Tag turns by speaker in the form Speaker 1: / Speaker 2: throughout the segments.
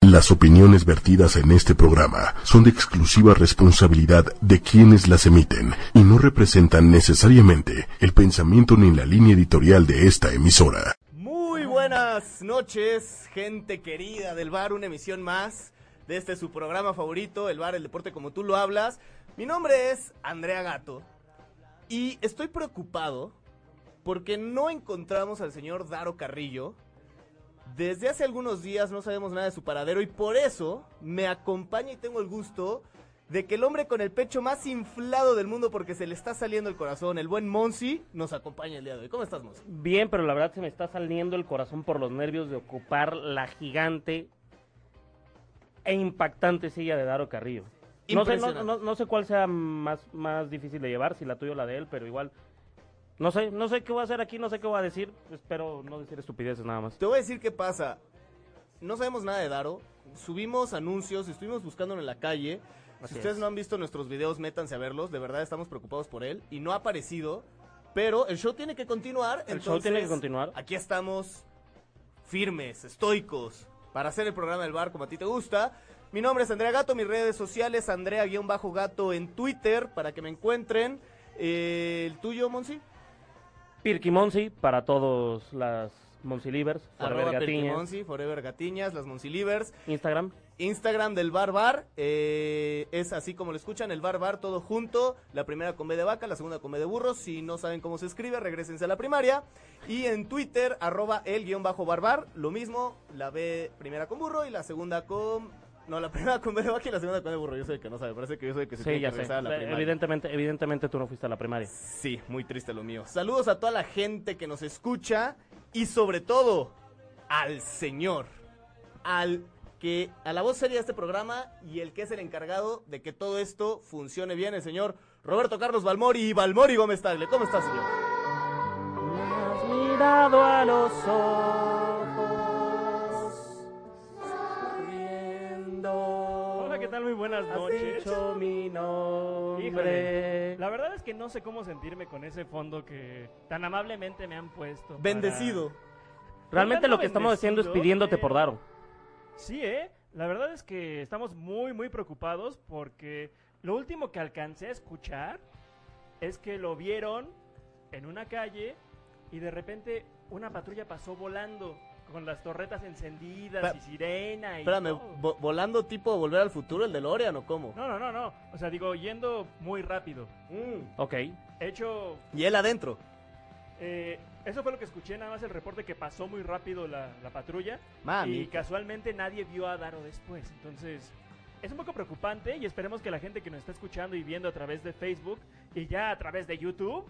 Speaker 1: Las opiniones vertidas en este programa son de exclusiva responsabilidad de quienes las emiten y no representan necesariamente el pensamiento ni la línea editorial de esta emisora.
Speaker 2: Muy buenas noches, gente querida del bar, una emisión más de este su programa favorito, el bar, el deporte como tú lo hablas. Mi nombre es Andrea Gato y estoy preocupado porque no encontramos al señor Daro Carrillo desde hace algunos días no sabemos nada de su paradero y por eso me acompaña y tengo el gusto de que el hombre con el pecho más inflado del mundo porque se le está saliendo el corazón, el buen Monsi, nos acompaña el día de hoy. ¿Cómo estás, Monsi?
Speaker 3: Bien, pero la verdad se me está saliendo el corazón por los nervios de ocupar la gigante e impactante silla de Daro Carrillo. No sé, no, no- no sé cuál sea más, más difícil de llevar, si la tuya o la de él, pero igual... No sé, no sé qué voy a hacer aquí, no sé qué voy a decir, espero no decir estupideces nada más.
Speaker 2: Te voy a decir qué pasa. No sabemos nada de Daro. Subimos anuncios, estuvimos buscándolo en la calle.
Speaker 3: Así
Speaker 2: si ustedes
Speaker 3: es.
Speaker 2: no han visto nuestros videos, métanse a verlos. De verdad estamos preocupados por él y no ha aparecido. Pero el show tiene que continuar.
Speaker 3: El show tiene que
Speaker 2: entonces,
Speaker 3: continuar.
Speaker 2: Aquí estamos firmes, estoicos, para hacer el programa del bar como a ti te gusta. Mi nombre es Andrea Gato, mis redes sociales, Andrea-Gato en Twitter, para que me encuentren. Eh, ¿El tuyo, Monsi?
Speaker 3: Pirky Monsi, para todos las Monsi Livers,
Speaker 2: Arroba
Speaker 3: Forever
Speaker 2: Perky
Speaker 3: Gatiñas,
Speaker 2: Monsi, Forever Gatiñas, las Monsi Livers.
Speaker 3: Instagram.
Speaker 2: Instagram del Bar Bar. eh, es así como lo escuchan, el Bar Bar todo junto. La primera con B de vaca, la segunda con B de burro. Si no saben cómo se escribe, regresense a la primaria. Y en Twitter, arroba el guión bajo barbar. Lo mismo, la B primera con burro y la segunda con... No, la primera con B de vaca y la segunda con B de burro. Yo soy el que no sabe, parece que yo soy el que se
Speaker 3: Sí,
Speaker 2: tiene
Speaker 3: ya
Speaker 2: que
Speaker 3: sé.
Speaker 2: regresar a la primaria.
Speaker 3: Evidentemente, evidentemente tú no fuiste a la primaria.
Speaker 2: Sí, muy triste lo mío. Saludos a toda la gente que nos escucha y sobre todo al señor, al que a la voz seria de este programa y el que es el encargado de que todo esto funcione bien, el señor Roberto Carlos Balmori y Balmori Gómez Tagle. ¿Cómo está, señor?
Speaker 3: Me has mirado a los ojos.
Speaker 4: Hola, ¿qué tal? Muy buenas
Speaker 3: Has
Speaker 4: noches.
Speaker 3: dicho mi nombre.
Speaker 4: Híjole, la verdad es que no sé cómo sentirme con ese fondo que tan amablemente me han puesto. para-
Speaker 2: Bendecido.
Speaker 3: Realmente lo que
Speaker 4: Fernando
Speaker 3: estamos haciendo es
Speaker 4: Bendecido,
Speaker 3: pidiéndote
Speaker 4: que-
Speaker 3: por Daro.
Speaker 4: Sí, ¿eh? La verdad es que estamos muy, muy preocupados porque lo último que alcancé a escuchar es que lo vieron en una calle y de repente una patrulla pasó volando con las torretas encendidas
Speaker 2: Pa-
Speaker 4: y sirena y
Speaker 2: Espérame,
Speaker 4: todo.
Speaker 2: vo- volando tipo volver al futuro, el de Lorean o cómo?
Speaker 4: No, no, no, no. O sea, digo, yendo muy rápido.
Speaker 2: Mm.
Speaker 3: Ok.
Speaker 4: Hecho
Speaker 2: Y él adentro.
Speaker 4: Eh, eso fue lo que escuché, nada más el reporte que pasó muy rápido la, la patrulla y
Speaker 2: Mami.
Speaker 4: casualmente nadie vio a Daro después. Entonces, es un poco preocupante y esperemos que la gente que nos está escuchando y viendo a través de Facebook y ya a través de YouTube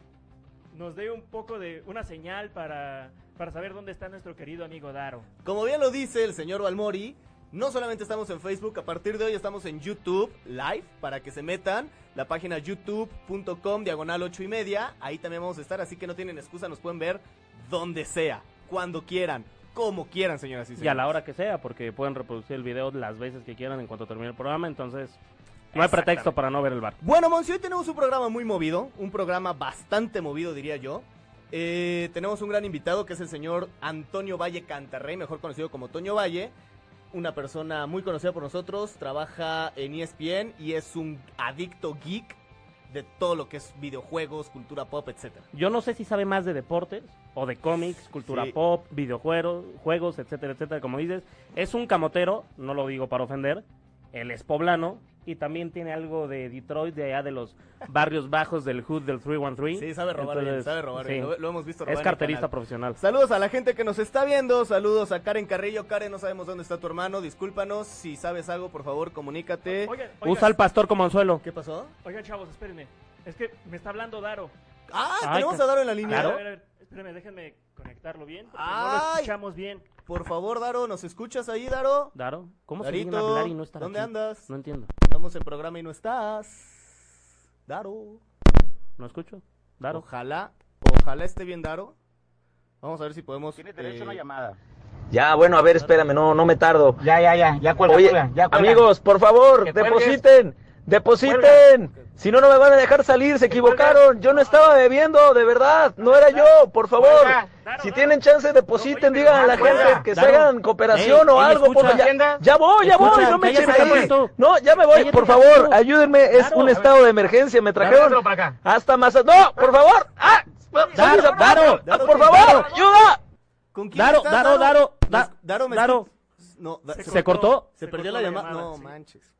Speaker 4: nos dé un poco de una señal para, para saber dónde está nuestro querido amigo Daro.
Speaker 2: Como bien lo dice el señor Balmori, no solamente estamos en Facebook, a partir de hoy estamos en YouTube Live para que se metan. La página youtube.com diagonal 8 y media. Ahí también vamos a estar, así que no tienen excusa, nos pueden ver donde sea, cuando quieran, como quieran, señoras y señores.
Speaker 3: Y a la hora que sea, porque pueden reproducir el video las veces que quieran en cuanto termine el programa. Entonces, no hay pretexto para no ver el bar.
Speaker 2: Bueno, Monsi, hoy tenemos un programa muy movido, un programa bastante movido, diría yo. Eh, tenemos un gran invitado que es el señor Antonio Valle Cantarrey, mejor conocido como Toño Valle. Una persona muy conocida por nosotros, trabaja en E ESPN y es un adicto geek de todo lo que es videojuegos, cultura pop, etc.
Speaker 3: Yo no sé si sabe más de deportes o de cómics, cultura
Speaker 2: Sí.
Speaker 3: pop, videojuegos, juegos, etcétera, etcétera, como dices. Es un camotero, no lo digo para ofender, él es poblano y también tiene algo de Detroit, de allá de los barrios bajos del Hood del 313.
Speaker 2: Sí, sabe robar bien,
Speaker 3: Entonces,
Speaker 2: sabe robar bien.
Speaker 3: sí.
Speaker 2: Lo, lo hemos visto robar.
Speaker 3: Es
Speaker 2: en el
Speaker 3: carterista
Speaker 2: canal.
Speaker 3: profesional.
Speaker 2: Saludos a la gente que nos está viendo, saludos a Karen Carrillo. Karen, no sabemos dónde está tu hermano, discúlpanos. Si sabes algo, por favor, comunícate.
Speaker 4: Oigan,
Speaker 3: Usa al
Speaker 4: oigan,
Speaker 3: pastor como anzuelo.
Speaker 2: ¿Qué pasó?
Speaker 4: oigan, chavos, espérenme. Es que me está hablando Daro.
Speaker 2: Ah,
Speaker 3: Ay,
Speaker 2: tenemos
Speaker 3: ca-
Speaker 2: a Daro en la
Speaker 4: A
Speaker 2: línea.
Speaker 4: ver,
Speaker 3: Claro.
Speaker 4: a ver, a ver, espérenme, déjenme conectarlo bien. porque No lo
Speaker 2: Ay.
Speaker 4: escuchamos bien.
Speaker 2: Por favor, Daro, ¿nos escuchas ahí, Daro?
Speaker 3: Daro, ¿cómo se viene a
Speaker 2: Darito,
Speaker 3: hablar y no estar
Speaker 2: ¿dónde
Speaker 3: aquí?
Speaker 2: andas?
Speaker 3: No entiendo.
Speaker 2: Estamos en programa y no estás. Daro.
Speaker 3: No escucho. Daro.
Speaker 2: Ojalá, ojalá esté bien, Daro. Vamos a ver si podemos.
Speaker 5: Tiene derecho
Speaker 2: eh,
Speaker 5: a una llamada.
Speaker 6: Ya, bueno, a ver, espérame, no, no me tardo.
Speaker 5: Ya, ya, ya, ya cuelga,
Speaker 6: Oye,
Speaker 5: cuelga, ya cuelga.
Speaker 6: amigos, por favor,
Speaker 5: Que cuelgues.
Speaker 6: depositen, ¡Depositen! Si no, no me van a dejar salir, se equivocaron. Yo no estaba bebiendo, de verdad. No era yo, por favor. Si tienen chance, depositen, digan a la gente que se hagan cooperación o algo. Por favor. Ya, ya voy, ya voy, no me echen ahí. No, ya me voy, por favor, ayúdenme. Es un estado de emergencia, me trajeron hasta masa. ¡No, por favor! ¡Ah!
Speaker 3: Daro, Daro,
Speaker 6: ¡Ah, ¡Por favor, ayuda!
Speaker 2: ¿Con quién
Speaker 3: Daro,
Speaker 2: estás,
Speaker 3: Daro, Daro,
Speaker 2: Mes-
Speaker 3: Da-
Speaker 2: Daro, me
Speaker 3: Daro.
Speaker 2: escuch- No, da-
Speaker 3: ¿Se cortó?
Speaker 2: Se perdió la llamada. No, manches.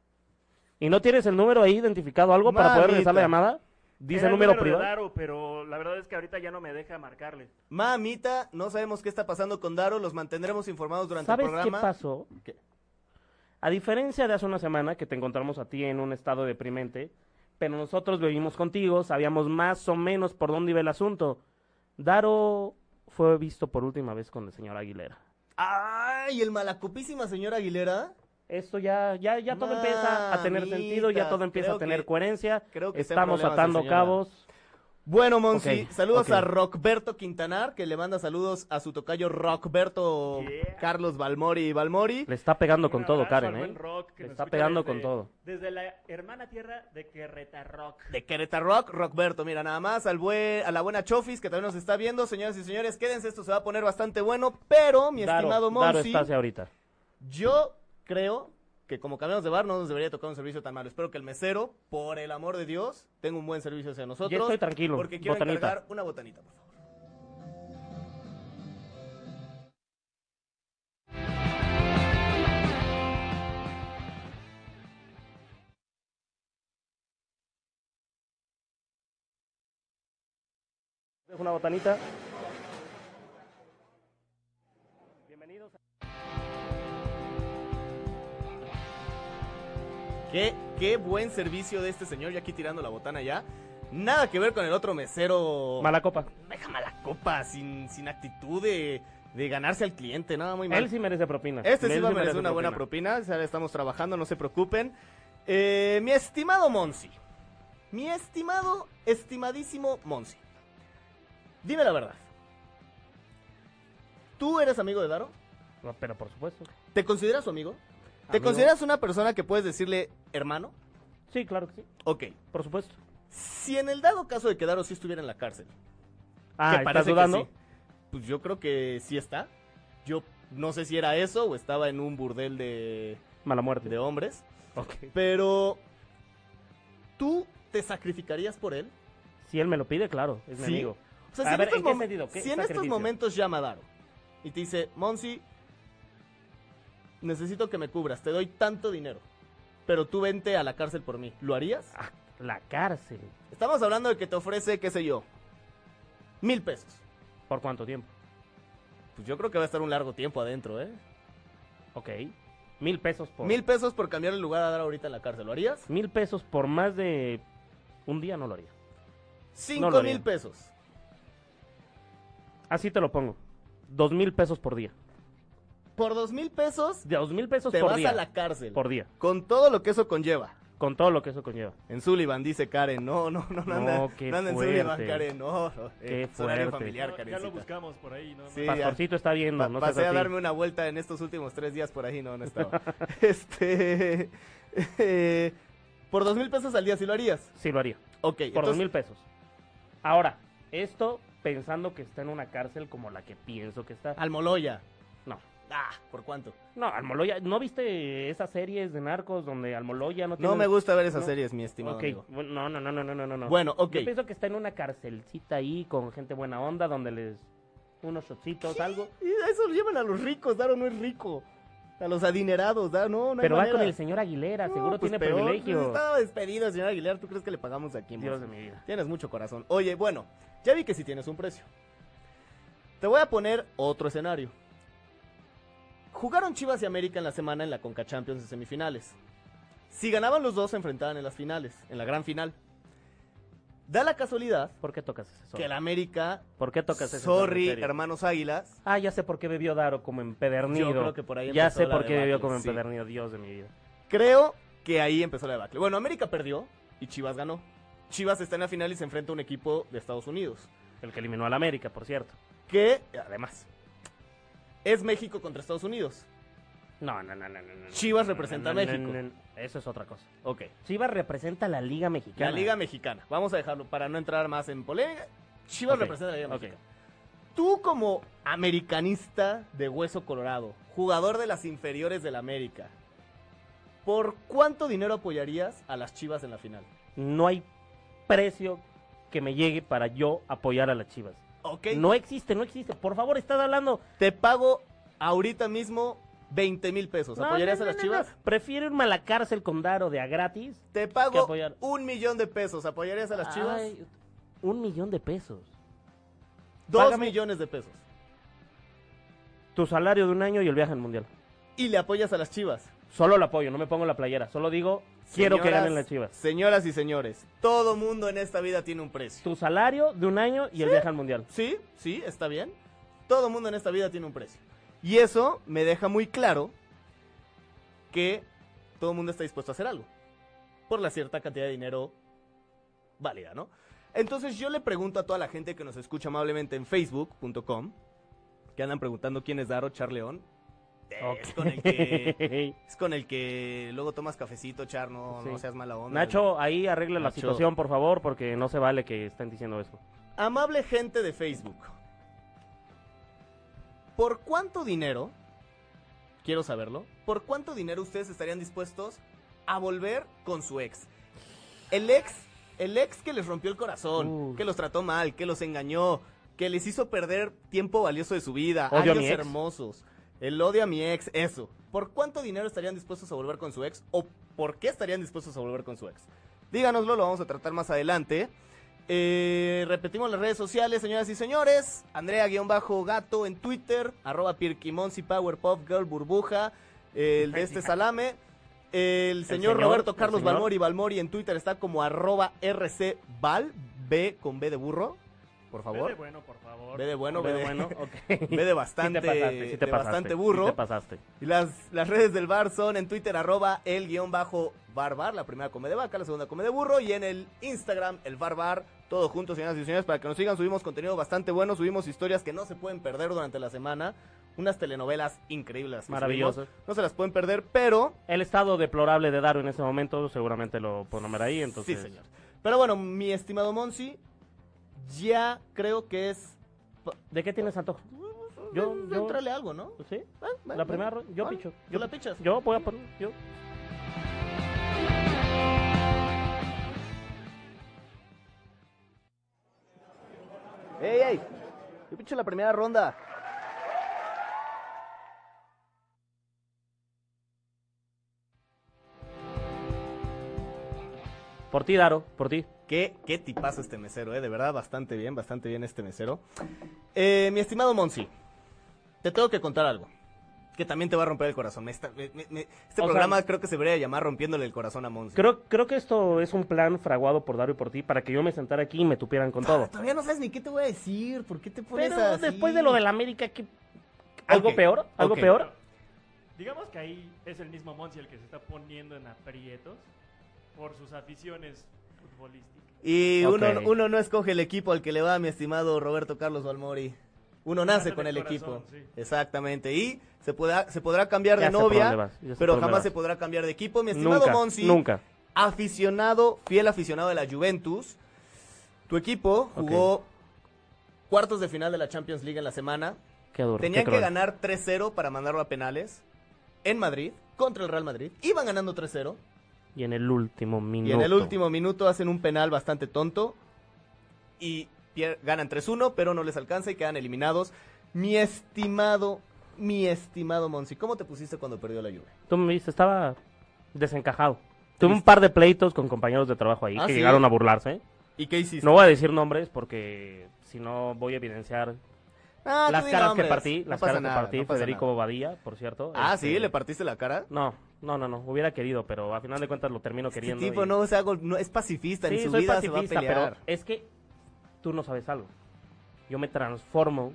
Speaker 3: ¿Y no tienes el número ahí identificado o algo para poder regresar la
Speaker 2: Mamita.
Speaker 3: llamada? Dice
Speaker 4: Era el
Speaker 3: número
Speaker 4: de
Speaker 3: privado.
Speaker 4: Daro, pero la verdad es que ahorita ya no me deja marcarle.
Speaker 2: Mamita, no sabemos qué está pasando con Daro, los mantendremos informados durante
Speaker 3: ¿Sabes
Speaker 2: el
Speaker 3: qué
Speaker 2: programa.
Speaker 3: pasó?
Speaker 2: ¿Qué?
Speaker 3: A diferencia de hace una semana que te encontramos a ti en un estado deprimente, pero nosotros vivimos contigo, sabíamos más o menos por dónde iba el asunto. Daro fue visto por última vez con el señor Aguilera.
Speaker 2: Ay, el malacopísima señora Aguilera.
Speaker 3: Esto ya, ya, ya todo empieza a tener
Speaker 2: Mamita,
Speaker 3: sentido, ya todo empieza a
Speaker 2: creo
Speaker 3: tener
Speaker 2: que-
Speaker 3: coherencia.
Speaker 2: creo que está en
Speaker 3: Estamos
Speaker 2: problemas la
Speaker 3: atando
Speaker 2: señora.
Speaker 3: cabos.
Speaker 2: Bueno, Monsi,
Speaker 3: Ok,
Speaker 2: saludos
Speaker 3: ok.
Speaker 2: a Rockberto Quintanar, que le manda saludos a su tocayo Rockberto
Speaker 4: Yeah.
Speaker 2: Carlos Balmori y Balmori.
Speaker 3: Le está pegando con
Speaker 4: Un
Speaker 3: todo,
Speaker 4: abrazo
Speaker 3: Karen,
Speaker 4: al
Speaker 3: ¿eh?
Speaker 4: buen Rock, que
Speaker 3: Le
Speaker 4: nos
Speaker 3: está
Speaker 4: escucha
Speaker 3: pegando
Speaker 4: desde-
Speaker 3: con todo.
Speaker 4: Desde la hermana tierra de Querreta Rock.
Speaker 2: De Querétaro Rock, Rockberto, mira nada más, al buen, a la buena Chofis que también nos está viendo, señoras y señores, quédense, esto se va a poner bastante bueno, pero mi
Speaker 3: Daro,
Speaker 2: estimado
Speaker 3: Daro
Speaker 2: Monsi,
Speaker 3: está hacia ahorita.
Speaker 2: Yo creo que como cambiamos de bar no nos debería tocar un servicio tan malo. Espero que el mesero, por el amor de Dios, tenga un buen servicio hacia nosotros.
Speaker 3: Ya estoy tranquilo,
Speaker 2: Porque quiero
Speaker 3: botanita.
Speaker 2: encargar una botanita, por favor.
Speaker 3: Dejo una botanita. Bienvenidos.
Speaker 2: Qué, qué buen servicio de este señor, ya aquí tirando la botana ya. Nada que ver con el otro mesero.
Speaker 3: a Mala copa.
Speaker 2: Deja mala copa, sin, sin actitud de, de ganarse al cliente, nada, muy mal.
Speaker 3: Él sí merece propina.
Speaker 2: Oh. Este sí
Speaker 3: Él
Speaker 2: va a merecer una buena propina. ya estamos trabajando, no se preocupen. Eh, mi estimado Monsi. Mi estimado, estimadísimo Monsi. Dime la verdad. ¿Tú eres amigo de Daro?
Speaker 3: No, pero por supuesto.
Speaker 2: ¿Te consideras su amigo? ¿Te
Speaker 3: Amigo.
Speaker 2: consideras una persona que puedes decirle hermano?
Speaker 3: Sí, claro que sí.
Speaker 2: Ok.
Speaker 3: Por supuesto.
Speaker 2: Si en el dado caso de que Daro sí estuviera en la cárcel,
Speaker 3: Ah,
Speaker 2: que
Speaker 3: ¿estás
Speaker 2: parece que
Speaker 3: dudando?
Speaker 2: sí, Pues yo creo que sí está. Yo no sé si era eso o estaba en un burdel de,
Speaker 3: Mala muerte.
Speaker 2: de hombres.
Speaker 3: Ok.
Speaker 2: Pero ¿tú te sacrificarías por él?
Speaker 3: Si él me lo pide, claro. Es mi
Speaker 2: Sí.
Speaker 3: amigo.
Speaker 2: O sea,
Speaker 3: A
Speaker 2: si, en,
Speaker 3: ver,
Speaker 2: estos
Speaker 3: ¿en qué
Speaker 2: momen-
Speaker 3: sentido? ¿Qué
Speaker 2: si en estos
Speaker 3: sacrificio?
Speaker 2: momentos llama a Daro y te dice, Monsi, necesito que me cubras, te doy tanto dinero, pero tú vente a la cárcel por mí, ¿lo harías?
Speaker 3: Ah, la cárcel.
Speaker 2: Estamos hablando de que te ofrece, qué sé yo, mil pesos.
Speaker 3: ¿Por cuánto tiempo?
Speaker 2: Pues yo creo que va a estar un largo tiempo adentro, ¿eh?
Speaker 3: Ok. Mil pesos por.
Speaker 2: Mil pesos por cambiar el lugar a Daro ahorita en la cárcel, ¿lo harías?
Speaker 3: Mil pesos por más de un día no lo haría.
Speaker 2: Cinco
Speaker 3: haría.
Speaker 2: mil pesos.
Speaker 3: Así te lo pongo. Dos mil pesos por día.
Speaker 2: Por dos mil pesos
Speaker 3: Dos mil pesos
Speaker 2: te
Speaker 3: por
Speaker 2: vas
Speaker 3: día.
Speaker 2: a la cárcel.
Speaker 3: Por día.
Speaker 2: Con todo lo que eso conlleva.
Speaker 3: Con todo lo que eso conlleva.
Speaker 2: En Sullivan, dice Karen. No, no, no, no
Speaker 3: No,
Speaker 2: anda,
Speaker 3: qué
Speaker 2: no anda en
Speaker 3: fuerte.
Speaker 2: Sullivan, Karen. No, no, eh,
Speaker 3: Qué
Speaker 2: es horario
Speaker 3: fuerte.
Speaker 2: familiar,
Speaker 4: No, ya
Speaker 2: Karencita.
Speaker 4: lo buscamos por ahí, ¿no?
Speaker 2: Sí,
Speaker 3: Pastorcito está viendo.
Speaker 2: pa-
Speaker 3: no seas
Speaker 2: pasé a
Speaker 3: así.
Speaker 2: darme una vuelta en estos últimos tres días por ahí, no, no estaba. este. eh, por dos mil pesos al día, si lo harías.
Speaker 3: Sí lo haría.
Speaker 2: Ok,
Speaker 3: Por dos
Speaker 2: entonces,
Speaker 3: mil pesos. Ahora, esto pensando que está en una cárcel como la que pienso que
Speaker 2: Ah.
Speaker 3: está.
Speaker 2: Almoloya.
Speaker 3: No.
Speaker 2: Ah, ¿por cuánto?
Speaker 3: No, Almoloya, ¿no viste esas series de narcos donde Almoloya no tiene...
Speaker 2: No me gusta ver esas
Speaker 3: no.
Speaker 2: series, mi estimado
Speaker 3: Ok,
Speaker 2: amigo.
Speaker 3: bueno, No, no, no, no, no, no, no.
Speaker 2: Bueno, ok.
Speaker 3: Yo pienso que está en una carcelcita ahí con gente buena onda donde les... unos shotsitos, algo.
Speaker 2: Y a eso lo llevan a los ricos, Daro no es rico. A los adinerados, Daro, no, no hay
Speaker 3: Pero va
Speaker 2: manera.
Speaker 3: con el señor Aguilera,
Speaker 2: No,
Speaker 3: seguro
Speaker 2: pues
Speaker 3: tiene
Speaker 2: peor,
Speaker 3: privilegio.
Speaker 2: pues Estaba despedido, señor Aguilar. ¿Tú crees que le pagamos aquí?
Speaker 3: Dios
Speaker 2: mozo?
Speaker 3: de mi vida.
Speaker 2: Tienes mucho corazón. Oye, bueno, ya vi que sí tienes un precio. Te voy a poner otro escenario. Jugaron Chivas y América en la semana en la Conca Champions en semifinales. Si ganaban los dos, se enfrentaban en las finales, en la gran final. Da la casualidad
Speaker 3: ¿Por qué tocas eso?
Speaker 2: que el América,
Speaker 3: ¿Por qué tocas eso?
Speaker 2: sorry,
Speaker 3: en serio?
Speaker 2: hermanos Águilas,
Speaker 3: Ah, ya sé por qué bebió Daro como empedernido.
Speaker 2: Yo creo que por ahí
Speaker 3: ya
Speaker 2: empezó
Speaker 3: sé
Speaker 2: la
Speaker 3: por qué bebió
Speaker 2: debacle,
Speaker 3: como
Speaker 2: sí.
Speaker 3: empedernido, Dios de mi vida.
Speaker 2: creo que ahí empezó la debacle. Bueno, América perdió y Chivas ganó. Chivas está en la final y se enfrenta a un equipo de Estados Unidos.
Speaker 3: El que eliminó al América, por cierto.
Speaker 2: que además es México contra Estados Unidos.
Speaker 3: No, no, no, no, no, no.
Speaker 2: Chivas
Speaker 3: no,
Speaker 2: representa a
Speaker 3: no, no,
Speaker 2: México.
Speaker 3: no, no. Eso es otra cosa.
Speaker 2: Ok.
Speaker 3: Chivas representa a la Liga Mexicana.
Speaker 2: La Liga Mexicana. Vamos a dejarlo para no entrar más en polémica. Chivas
Speaker 3: Ok,
Speaker 2: representa a la Liga
Speaker 3: ok.
Speaker 2: Mexicana. Tú como americanista de hueso colorado, jugador de las inferiores del América, ¿por cuánto dinero apoyarías a las Chivas en la final?
Speaker 3: No hay precio que me llegue para yo apoyar a las Chivas.
Speaker 2: Ok.
Speaker 3: No existe, no existe. Por favor, estás hablando.
Speaker 2: Te pago ahorita mismo 20 mil pesos.
Speaker 3: No,
Speaker 2: ¿Apoyarías
Speaker 3: no,
Speaker 2: a
Speaker 3: no,
Speaker 2: las
Speaker 3: no,
Speaker 2: Chivas?
Speaker 3: no. Prefiero irme a la cárcel con Daro de a gratis.
Speaker 2: Te
Speaker 3: que
Speaker 2: pago
Speaker 3: apoyar.
Speaker 2: un millón de pesos. ¿Apoyarías a las Chivas?
Speaker 3: Ay, un millón de pesos.
Speaker 2: Dos
Speaker 3: págame.
Speaker 2: millones de pesos.
Speaker 3: Tu salario de un año y el viaje al mundial.
Speaker 2: Y le apoyas a las Chivas.
Speaker 3: Solo el apoyo, no me pongo la playera. Solo digo, quiero que
Speaker 2: Señoras-
Speaker 3: ganen las Chivas.
Speaker 2: Señoras y señores, todo mundo en esta vida tiene un precio.
Speaker 3: Tu salario de un año y el viaje al mundial.
Speaker 2: Sí, sí, está bien. Todo mundo en esta vida tiene un precio. Y eso me deja muy claro que todo el mundo está dispuesto a hacer algo. Por la cierta cantidad de dinero válida, ¿no? Entonces yo le pregunto a toda la gente que nos escucha amablemente en facebook.com, que andan preguntando quién es Daro Charleón. Eh, Es con el que Es con el que luego tomas cafecito, Char, no,
Speaker 3: Sí.
Speaker 2: no seas mala onda.
Speaker 3: Nacho, ahí arregla la
Speaker 2: Nacho.
Speaker 3: situación, por favor, porque no se vale que estén diciendo eso.
Speaker 2: Amable gente de Facebook. ¿Por cuánto dinero, quiero saberlo, por cuánto dinero ustedes estarían dispuestos a volver con su ex? El ex, el ex que les rompió el corazón,
Speaker 3: Uy.
Speaker 2: que los trató mal, que los engañó, que les hizo perder tiempo valioso de su vida,
Speaker 3: Odio a
Speaker 2: años
Speaker 3: mi ex.
Speaker 2: hermosos. El odio a mi ex, eso. ¿Por cuánto dinero estarían dispuestos a volver con su ex? ¿O por qué estarían dispuestos a volver con su ex? Díganoslo, lo vamos a tratar más adelante. Eh, repetimos las redes sociales, señoras y señores. Andrea-gato en Twitter, arroba Pirquimonsi, Powerpuff Girl Burbuja, el de este salame. El señor
Speaker 3: señor,
Speaker 2: Roberto
Speaker 3: el
Speaker 2: Carlos
Speaker 3: señor.
Speaker 2: Balmori, Balmori en Twitter está como arroba rcbal, B con B de burro, por
Speaker 4: Vete
Speaker 2: favor.
Speaker 4: bueno, por favor.
Speaker 2: B de bueno, B
Speaker 3: Pero
Speaker 2: de,
Speaker 3: bueno, ok.
Speaker 2: B de bastante,
Speaker 3: Sí te pasaste, sí te
Speaker 2: de
Speaker 3: pasaste,
Speaker 2: bastante
Speaker 3: sí
Speaker 2: burro.
Speaker 3: te pasaste.
Speaker 2: Y Las, las redes del bar son en Twitter, arroba el guión bajo barbar, la primera come de vaca, la segunda come de burro, y en el Instagram, el barbar, todo juntos, señoras y señores, para que nos sigan, subimos contenido bastante bueno, subimos historias que no se pueden perder durante la semana, unas telenovelas increíbles. que
Speaker 3: Maravilloso.
Speaker 2: subimos, No se las pueden perder, pero...
Speaker 3: El estado deplorable de Daro en ese momento seguramente lo pondrá ahí, entonces.
Speaker 2: Sí, señor. Pero bueno, mi estimado Monsi, ya creo que es...
Speaker 3: ¿De qué tienes antojo? Yo- yo-
Speaker 2: Entrale algo, ¿no?
Speaker 3: ¿Sí?
Speaker 2: Ah, bueno,
Speaker 3: La primera
Speaker 2: bueno,
Speaker 3: ro- yo
Speaker 2: bueno,
Speaker 3: picho.
Speaker 2: ¿Tú la pichas?
Speaker 3: Yo voy a poner. Yo.
Speaker 2: ¡Ey, ey! Yo picho la primera ronda.
Speaker 3: Por ti, Daro, por ti.
Speaker 2: Qué, qué tipazo este mesero, ¿eh? De verdad, bastante bien, bastante bien este mesero. Eh, mi estimado Monsi, te tengo que contar algo. Que también te va a romper el corazón. Me está- me- me- me- este
Speaker 3: O
Speaker 2: programa
Speaker 3: sea-
Speaker 2: creo que se debería llamar Rompiéndole el Corazón a Monsi.
Speaker 3: Creo, creo que esto es un plan fraguado por Daro y por ti para que yo me sentara aquí y me tupieran con todo.
Speaker 2: Todavía no sabes ni qué te voy a decir, ¿por qué te pones
Speaker 3: Pero
Speaker 2: así?
Speaker 3: después de lo de la América, ¿qué- ¿algo
Speaker 2: Ok,
Speaker 3: peor? ¿Algo
Speaker 2: ok.
Speaker 3: peor?
Speaker 4: Digamos que ahí es el mismo Monsi el que se está poniendo en aprietos por sus aficiones futbolísticas.
Speaker 2: Y
Speaker 3: Ok.
Speaker 2: uno, uno no escoge el equipo al que le va mi estimado Roberto Carlos Balmori. Uno nace
Speaker 4: nace
Speaker 2: con el
Speaker 4: del corazón,
Speaker 2: equipo.
Speaker 4: sí.
Speaker 2: Exactamente. Y se, podrá, se podrá cambiar
Speaker 3: Ya
Speaker 2: de
Speaker 3: sé por
Speaker 2: novia,
Speaker 3: dónde vas, ya sé por
Speaker 2: pero
Speaker 3: dónde
Speaker 2: jamás
Speaker 3: vas.
Speaker 2: se podrá cambiar de equipo. Mi estimado
Speaker 3: Nunca,
Speaker 2: Monsi,
Speaker 3: nunca.
Speaker 2: aficionado, fiel aficionado de la Juventus. Tu equipo jugó cuartos de final de la Champions League en la semana.
Speaker 3: Qué duro.
Speaker 2: Tenían
Speaker 3: qué
Speaker 2: que
Speaker 3: cruel.
Speaker 2: ganar 3-0 para mandarlo a penales en Madrid contra el Real Madrid. Iban ganando 3-0
Speaker 3: Y en el último minuto.
Speaker 2: y en el último minuto hacen un penal bastante tonto y pier- ganan 3-1, pero no les alcanza y quedan eliminados. Mi estimado, mi estimado Monsi, ¿cómo te pusiste cuando perdió la Juve?
Speaker 3: Tú me viste, estaba desencajado. Tuve un par de pleitos con compañeros de trabajo ahí
Speaker 2: Ah,
Speaker 3: que
Speaker 2: ¿sí?
Speaker 3: llegaron a burlarse.
Speaker 2: ¿Y qué hiciste?
Speaker 3: No voy a decir nombres porque si no voy a evidenciar
Speaker 2: Ah, tú
Speaker 3: las
Speaker 2: di
Speaker 3: caras
Speaker 2: nombres.
Speaker 3: que partí,
Speaker 2: No
Speaker 3: las
Speaker 2: pasa
Speaker 3: caras
Speaker 2: nada,
Speaker 3: que partí,
Speaker 2: no pasa
Speaker 3: Federico
Speaker 2: nada.
Speaker 3: Bobadilla, por cierto.
Speaker 2: Ah,
Speaker 3: este,
Speaker 2: sí, le partiste la cara.
Speaker 3: No, no, no, no, hubiera querido, pero a final de cuentas lo termino
Speaker 2: Este
Speaker 3: queriendo.
Speaker 2: tipo
Speaker 3: y-
Speaker 2: no, o sea, gol- no- es pacifista, en
Speaker 3: Sí,
Speaker 2: su
Speaker 3: soy
Speaker 2: vida se va a
Speaker 3: pacifista, pero
Speaker 2: pelear.
Speaker 3: es que tú no sabes algo. Yo me transformo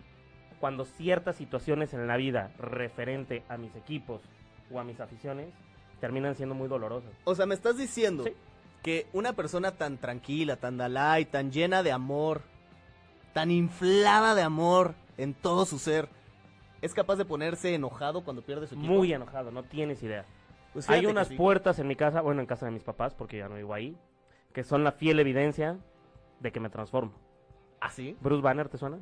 Speaker 3: cuando ciertas situaciones en la vida referente a mis equipos o a mis aficiones terminan siendo muy dolorosas.
Speaker 2: O sea, me estás diciendo
Speaker 3: Sí.
Speaker 2: que una persona tan tranquila, tan dalai, tan llena de amor, tan inflada de amor en todo su ser, ¿Es capaz de ponerse enojado cuando pierde su equipo?
Speaker 3: Muy enojado, no tienes idea.
Speaker 2: Pues fíjate
Speaker 3: Hay
Speaker 2: que
Speaker 3: unas
Speaker 2: sí.
Speaker 3: puertas en mi casa, bueno, en casa de mis papás, porque ya no vivo ahí, que son la fiel evidencia de que me transformo.
Speaker 2: ¿Ah, sí?
Speaker 3: Bruce Banner, ¿te suena?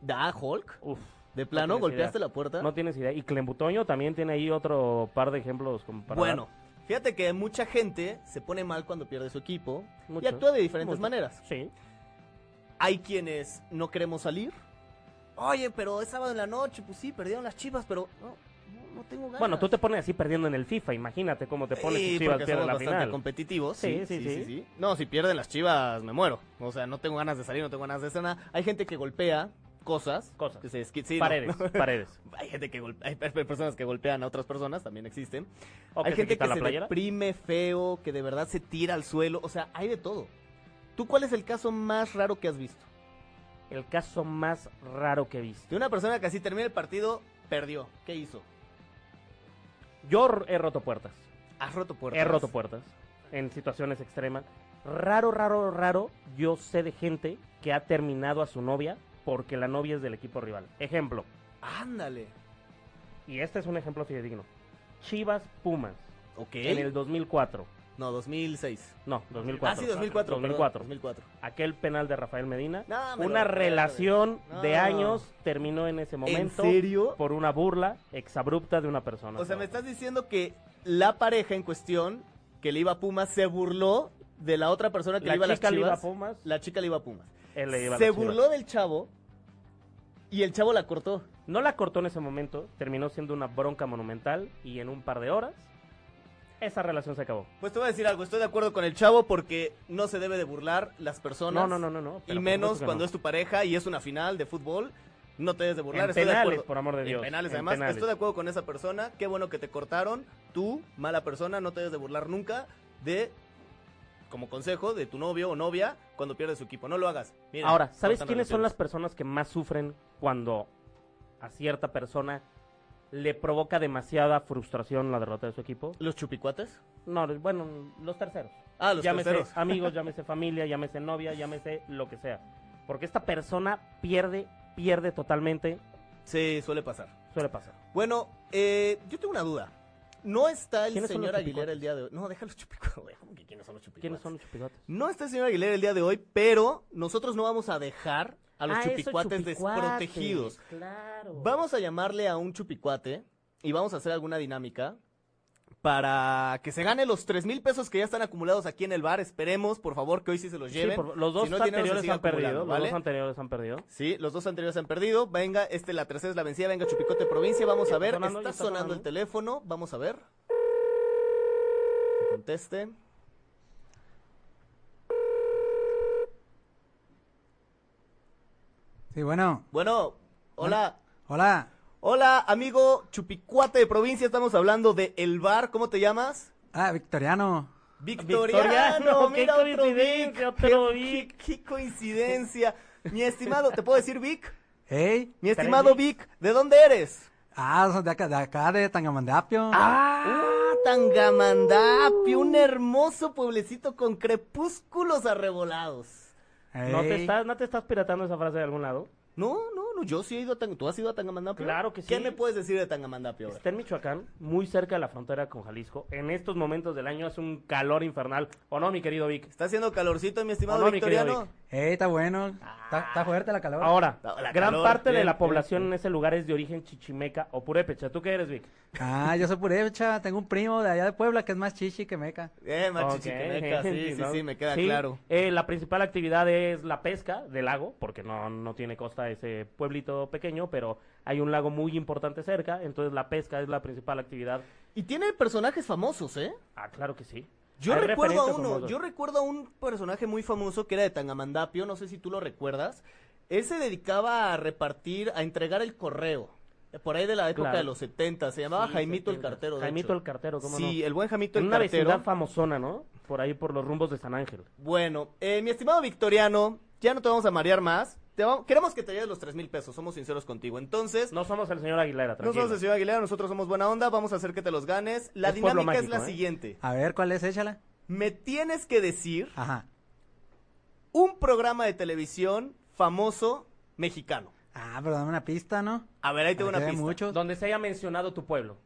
Speaker 2: ¿Da Hulk?
Speaker 3: Uf.
Speaker 2: ¿De plano
Speaker 3: tienes
Speaker 2: golpeaste
Speaker 3: idea.
Speaker 2: la puerta?
Speaker 3: No tienes idea. Y Clembutoño también tiene ahí otro par de ejemplos como para
Speaker 2: bueno,
Speaker 3: dar.
Speaker 2: fíjate que mucha gente se pone mal cuando pierde su equipo y
Speaker 3: Mucho,
Speaker 2: actúa de diferentes
Speaker 3: mucho.
Speaker 2: maneras.
Speaker 3: Sí.
Speaker 2: Hay quienes no queremos salir. Oye, pero es sábado en la noche, pues sí, perdieron las chivas, pero no, no, no tengo ganas.
Speaker 3: Bueno, tú te pones así perdiendo en el FIFA, imagínate cómo te pones
Speaker 2: Sí,
Speaker 3: si Chivas
Speaker 2: porque
Speaker 3: pierde
Speaker 2: somos
Speaker 3: la
Speaker 2: bastante
Speaker 3: final.
Speaker 2: competitivos.
Speaker 3: Sí, sí, sí.
Speaker 2: No, si pierden las chivas, me muero. O sea, no tengo ganas de salir, no tengo ganas de hacer nada. Hay gente que golpea cosas.
Speaker 3: Cosas.
Speaker 2: Que se esqui- sí, no,
Speaker 3: Paredes,
Speaker 2: no.
Speaker 3: paredes.
Speaker 2: Hay gente que golpea, hay per- per- personas que golpean a otras personas, también existen.
Speaker 3: O
Speaker 2: hay
Speaker 3: que se
Speaker 2: gente
Speaker 3: quita
Speaker 2: que
Speaker 3: la
Speaker 2: se
Speaker 3: playera.
Speaker 2: deprime feo, que de verdad se tira al suelo. O sea, hay de todo. ¿Tú cuál es el caso más raro que has visto?
Speaker 3: El caso más raro que he visto.
Speaker 2: De una persona que así termina el partido, perdió. ¿Qué hizo?
Speaker 3: Yo r- he roto puertas.
Speaker 2: Has roto puertas.
Speaker 3: He roto puertas en situaciones extremas. Raro, raro, raro, yo sé de gente que ha terminado a su novia porque la novia es del equipo rival. Ejemplo,
Speaker 2: Ándale.
Speaker 3: y este es un ejemplo fidedigno. Chivas Pumas,
Speaker 2: Ok.
Speaker 3: en el 2004.
Speaker 2: No, 2006.
Speaker 3: No, 2004.
Speaker 2: Ah, sí, 2004. perdón,
Speaker 3: 2004.
Speaker 2: 2004.
Speaker 3: Aquel penal de Rafael Medina.
Speaker 2: No, me lo
Speaker 3: una
Speaker 2: recuerdo.
Speaker 3: relación
Speaker 2: No.
Speaker 3: de años terminó en ese
Speaker 2: ¿En
Speaker 3: momento
Speaker 2: serio?
Speaker 3: por una burla exabrupta de una persona.
Speaker 2: O sea, me estás diciendo que la pareja en cuestión que le iba a Pumas se burló de la otra persona que
Speaker 3: la
Speaker 2: le iba a las
Speaker 3: chica
Speaker 2: Chivas.
Speaker 3: le iba a Pumas,
Speaker 2: La chica le iba a Pumas.
Speaker 3: él le iba a
Speaker 2: se
Speaker 3: las Chivas.
Speaker 2: burló del chavo y el chavo la cortó.
Speaker 3: No la cortó en ese momento, terminó siendo una bronca monumental y en un par de horas esa relación se acabó.
Speaker 2: Pues te voy a decir algo, estoy de acuerdo con el chavo porque no se debe de burlar las personas.
Speaker 3: No, no, no, no, pues, no.
Speaker 2: Y menos cuando es tu pareja y es una final de fútbol. No te debes de burlar,
Speaker 3: En
Speaker 2: estoy de
Speaker 3: penales,
Speaker 2: acuerdo.
Speaker 3: por amor de Dios.
Speaker 2: En penales,
Speaker 3: en
Speaker 2: además,
Speaker 3: penales.
Speaker 2: estoy de acuerdo con esa persona. Qué bueno que te cortaron. Tú, mala persona, no te debes de burlar nunca de, como consejo, de tu novio o novia cuando pierde su equipo. No lo hagas. Mira,
Speaker 3: Ahora, ¿sabes
Speaker 2: cortan
Speaker 3: quiénes son las
Speaker 2: relaciones.
Speaker 3: personas que más sufren cuando a cierta persona le provoca demasiada frustración la derrota de su equipo?
Speaker 2: ¿Los chupicuates?
Speaker 3: No, bueno, los terceros.
Speaker 2: Ah, los
Speaker 3: llámese
Speaker 2: terceros.
Speaker 3: amigos, llámese familia, llámese novia, llámese lo que sea. Porque esta persona pierde, pierde totalmente,
Speaker 2: Sí, suele pasar.
Speaker 3: suele pasar.
Speaker 2: Bueno, eh, yo tengo una duda. ¿No está el
Speaker 3: ¿Quiénes son los
Speaker 2: señor Aguilera
Speaker 3: chupicuates?
Speaker 2: el día de hoy? No, déjalo chupicuates, güey. ¿Cómo que quiénes son los chupicuates?
Speaker 3: ¿Quiénes son los chupigotes?
Speaker 2: No está el señor Aguilera el día de hoy, pero nosotros no vamos a dejar a los
Speaker 3: Ah, esos
Speaker 2: chupicuates
Speaker 3: chupicuates,
Speaker 2: desprotegidos.
Speaker 3: Claro.
Speaker 2: Vamos a llamarle a un chupicuate y vamos a hacer alguna dinámica para que se gane los tres mil pesos que ya están acumulados aquí en el bar. Esperemos, por favor, que hoy sí se los
Speaker 3: Sí,
Speaker 2: lleven.
Speaker 3: por- los dos
Speaker 2: Si no, dinero se
Speaker 3: anteriores
Speaker 2: sigue
Speaker 3: han perdido.
Speaker 2: acumulando,
Speaker 3: Los
Speaker 2: ¿vale?
Speaker 3: dos anteriores han perdido.
Speaker 2: Sí, los dos anteriores se han perdido. Venga, este la tercera es la vencida. Venga, Chupicote Provincia. Vamos a ver. Está sonando,
Speaker 3: sonando, ya está
Speaker 2: el
Speaker 3: sonando.
Speaker 2: teléfono. Vamos a ver. Que conteste.
Speaker 7: Sí, bueno.
Speaker 2: Bueno, hola.
Speaker 7: Hola,
Speaker 2: Hola, amigo Chupicuate de Provincia. Estamos hablando de El Bar. ¿Cómo te llamas?
Speaker 7: ah, Victoriano.
Speaker 2: Victoriano,
Speaker 3: Victoriano,
Speaker 2: mira
Speaker 3: qué
Speaker 2: otro Vic,
Speaker 3: coincidencia, otro
Speaker 2: qué-
Speaker 3: Vic.
Speaker 2: Qué, qué coincidencia. Mi estimado, ¿te puedo decir Vic?
Speaker 7: Hey.
Speaker 2: Mi estimado Vic, ¿de dónde eres?
Speaker 7: Ah, son de acá, de acá, de Tangamandapio.
Speaker 2: Ah, Tangamandapi, un hermoso pueblecito con crepúsculos arrebolados.
Speaker 3: ¿No, te
Speaker 7: Ey.
Speaker 3: estás, ¿No te estás piratando esa frase de algún lado?
Speaker 2: No, no, no, yo sí he ido a Tang ¿Tú has ido a Tangamandapi?
Speaker 3: Claro que sí.
Speaker 2: ¿Qué me puedes decir de Tangamandapi ahora?
Speaker 3: Está en Michoacán, muy cerca de la frontera con Jalisco. En estos momentos del año hace un calor infernal. ¿O no, mi querido Vic?
Speaker 2: Está haciendo calorcito, mi estimado
Speaker 3: Oh, No, no, mi querido
Speaker 2: Victoriano.
Speaker 3: Vic.
Speaker 7: Ey, está bueno. Está, está fuerte la calor.
Speaker 3: Ahora,
Speaker 2: La- la
Speaker 3: gran
Speaker 2: calor,
Speaker 3: parte de
Speaker 2: bien,
Speaker 3: la
Speaker 2: bien,
Speaker 3: población en ese lugar es de origen chichimeca o purépecha. ¿Tú qué eres, Vic?
Speaker 7: Ah, yo soy purecha. Tengo un primo de allá de Puebla que es más chichi que meca.
Speaker 2: Eh,
Speaker 3: Ok,
Speaker 2: machichiqueneca, sí, sí,
Speaker 3: ¿no?
Speaker 2: sí, me queda
Speaker 3: Sí,
Speaker 2: claro.
Speaker 3: eh, la principal actividad es la pesca del lago, porque no, no tiene costa ese pueblito pequeño, pero hay un lago muy importante cerca, entonces la pesca es la principal actividad.
Speaker 2: Y tiene personajes famosos, ¿eh?
Speaker 3: Ah, claro que sí.
Speaker 2: Yo
Speaker 3: Hay
Speaker 2: recuerdo a
Speaker 3: referentes
Speaker 2: uno,
Speaker 3: famosos.
Speaker 2: yo recuerdo a un personaje muy famoso que era de Tangamandapio, no sé si tú lo recuerdas. Él se dedicaba a repartir, a entregar el correo. Por ahí de la época
Speaker 3: Claro.
Speaker 2: de los 70, se llamaba
Speaker 3: Sí,
Speaker 2: Jaimito el
Speaker 3: 70.
Speaker 2: Cartero. de
Speaker 3: Jaimito
Speaker 2: hecho.
Speaker 3: el Cartero, ¿cómo
Speaker 2: Sí,
Speaker 3: no?
Speaker 2: el buen Jaimito
Speaker 3: En
Speaker 2: el
Speaker 3: una vecindad
Speaker 2: Cartero.
Speaker 3: famosona, ¿no? Por ahí, por los rumbos de San Ángel.
Speaker 2: Bueno, eh, mi estimado Victoriano, ya no te vamos a marear más. Te va- Queremos que te lleves los tres mil pesos, somos sinceros contigo. Entonces,
Speaker 3: No somos el señor Aguilera,
Speaker 2: no
Speaker 3: tranquilo.
Speaker 2: somos de Ciudad Aguilera, nosotros somos buena onda, vamos a hacer que te los ganes. La
Speaker 3: Es
Speaker 2: dinámica
Speaker 3: pueblo
Speaker 2: es la
Speaker 3: mágico, ¿eh?
Speaker 2: siguiente.
Speaker 7: A ver, ¿cuál es? Échala.
Speaker 2: Me tienes que decir
Speaker 7: Ajá.
Speaker 2: un programa de televisión famoso mexicano.
Speaker 7: Ah, pero dame una pista, ¿no?
Speaker 2: A ver, ahí te va una
Speaker 7: Para que haya
Speaker 2: pista.
Speaker 7: muchos.
Speaker 3: Donde se haya mencionado tu pueblo.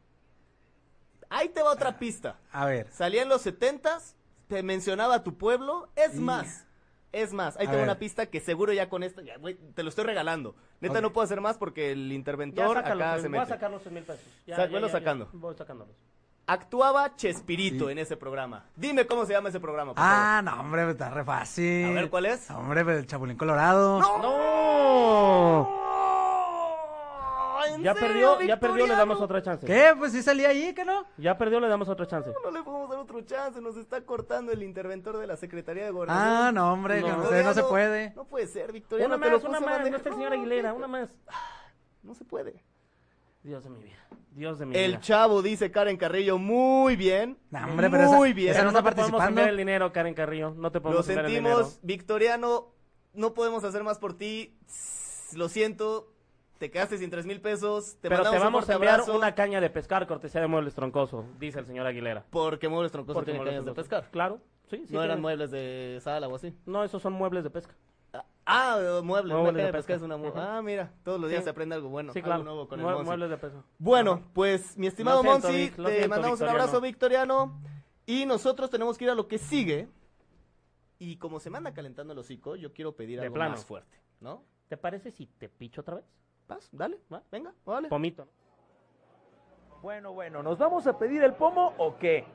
Speaker 2: Ahí te va
Speaker 7: Ah.
Speaker 2: otra pista.
Speaker 7: A ver.
Speaker 2: Salía en los 70 te mencionaba tu pueblo. Es
Speaker 7: Y-
Speaker 2: más, es más. Ahí
Speaker 7: A
Speaker 2: tengo
Speaker 7: ver.
Speaker 2: una pista que seguro ya con esta, ya, güey, te lo estoy regalando. Neta,
Speaker 7: Ok.
Speaker 2: no puedo hacer más porque el
Speaker 3: Ya
Speaker 2: interventor
Speaker 3: sácalos,
Speaker 2: acá
Speaker 3: pues,
Speaker 2: se
Speaker 3: voy a
Speaker 2: mete.
Speaker 3: sacar los 3,000 pesos. Ya,
Speaker 2: Sa-
Speaker 3: ya,
Speaker 2: velo
Speaker 3: ya, ya.
Speaker 2: sacando.
Speaker 3: Voy sacándolos.
Speaker 2: Actuaba Chespirito
Speaker 7: Sí.
Speaker 2: en ese programa. Dime cómo se llama ese programa, por
Speaker 7: Ah, no, hombre, pues, está re fácil.
Speaker 2: A ver, ¿cuál es?
Speaker 7: No, hombre, pues, el Chapulín Colorado.
Speaker 3: ¡No!
Speaker 2: favor. ¿En
Speaker 3: Ya
Speaker 2: serio,
Speaker 3: perdió, ya perdió, le
Speaker 2: Victoriano?
Speaker 3: damos otra chance.
Speaker 7: ¿Qué? Pues sí salí ahí, ¿qué no?
Speaker 3: Ya perdió, le damos otra chance.
Speaker 2: No le podemos dar otro chance, nos está cortando el interventor de la Secretaría de Gobernación.
Speaker 7: Ah, no, hombre,
Speaker 3: No.
Speaker 7: con ustedes no se
Speaker 2: Victoriano,
Speaker 7: puede.
Speaker 2: No puede ser, Victoria.
Speaker 3: Una
Speaker 2: te lo
Speaker 3: más,
Speaker 2: puse
Speaker 3: una
Speaker 2: en
Speaker 3: más, no
Speaker 2: bandeja.
Speaker 3: está el señor Aguilera, una más.
Speaker 2: No se puede.
Speaker 3: Dios de mi vida, Dios de mi vida.
Speaker 2: El chavo dice Karen Carrillo muy bien.
Speaker 7: No, hombre, pero esa-
Speaker 2: muy bien.
Speaker 7: esa no está
Speaker 3: te podemos
Speaker 7: participando.
Speaker 3: enviar el dinero, Karen Carrillo, no te
Speaker 2: Lo
Speaker 3: podemos enviar el dinero.
Speaker 2: sentimos, Victoriano. No podemos hacer más por ti. Tss, Lo siento. Te quedaste sin tres mil pesos. Te
Speaker 3: Pero te
Speaker 2: mandamos un
Speaker 3: vamos
Speaker 2: fuerte
Speaker 3: a enviar
Speaker 2: abrazo.
Speaker 3: una caña de pescar cortesía de Muebles Troncoso, dice el señor Aguilera.
Speaker 2: Porque muebles troncosos
Speaker 3: Porque
Speaker 2: tienen
Speaker 3: Muebles
Speaker 2: cañas de
Speaker 3: Troncoso.
Speaker 2: pescar.
Speaker 3: Claro, sí, sí.
Speaker 2: no eran
Speaker 3: tienen.
Speaker 2: muebles de sala o así.
Speaker 3: No, esos son muebles de pesca.
Speaker 2: Ah, eh, muebles.
Speaker 3: Muebles
Speaker 2: una caña
Speaker 3: de
Speaker 2: de pescar
Speaker 3: pesca.
Speaker 2: es una mue-
Speaker 3: Ajá.
Speaker 2: Ah, mira. Todos los días
Speaker 3: Sí.
Speaker 2: se aprende algo bueno.
Speaker 3: sí,
Speaker 2: algo
Speaker 3: claro.
Speaker 2: nuevo con el
Speaker 3: mue-
Speaker 2: Monse.
Speaker 3: muebles de pesca.
Speaker 2: Bueno, pues mi estimado
Speaker 3: Lo siento,
Speaker 2: Monsi,
Speaker 3: Vic, lo
Speaker 2: te
Speaker 3: siento,
Speaker 2: mandamos un
Speaker 3: Victoriano.
Speaker 2: abrazo victoriano y nosotros tenemos que ir a lo que sigue. Y como se manda calentando el hocico, yo quiero pedir
Speaker 3: De
Speaker 2: algo
Speaker 3: plano.
Speaker 2: más fuerte, ¿no?
Speaker 3: ¿Te parece si te picho otra vez?
Speaker 2: Vas, dale,
Speaker 3: Va.
Speaker 2: venga, vale.
Speaker 3: Pomito.
Speaker 6: Bueno, bueno, ¿nos vamos a pedir el pomo o qué?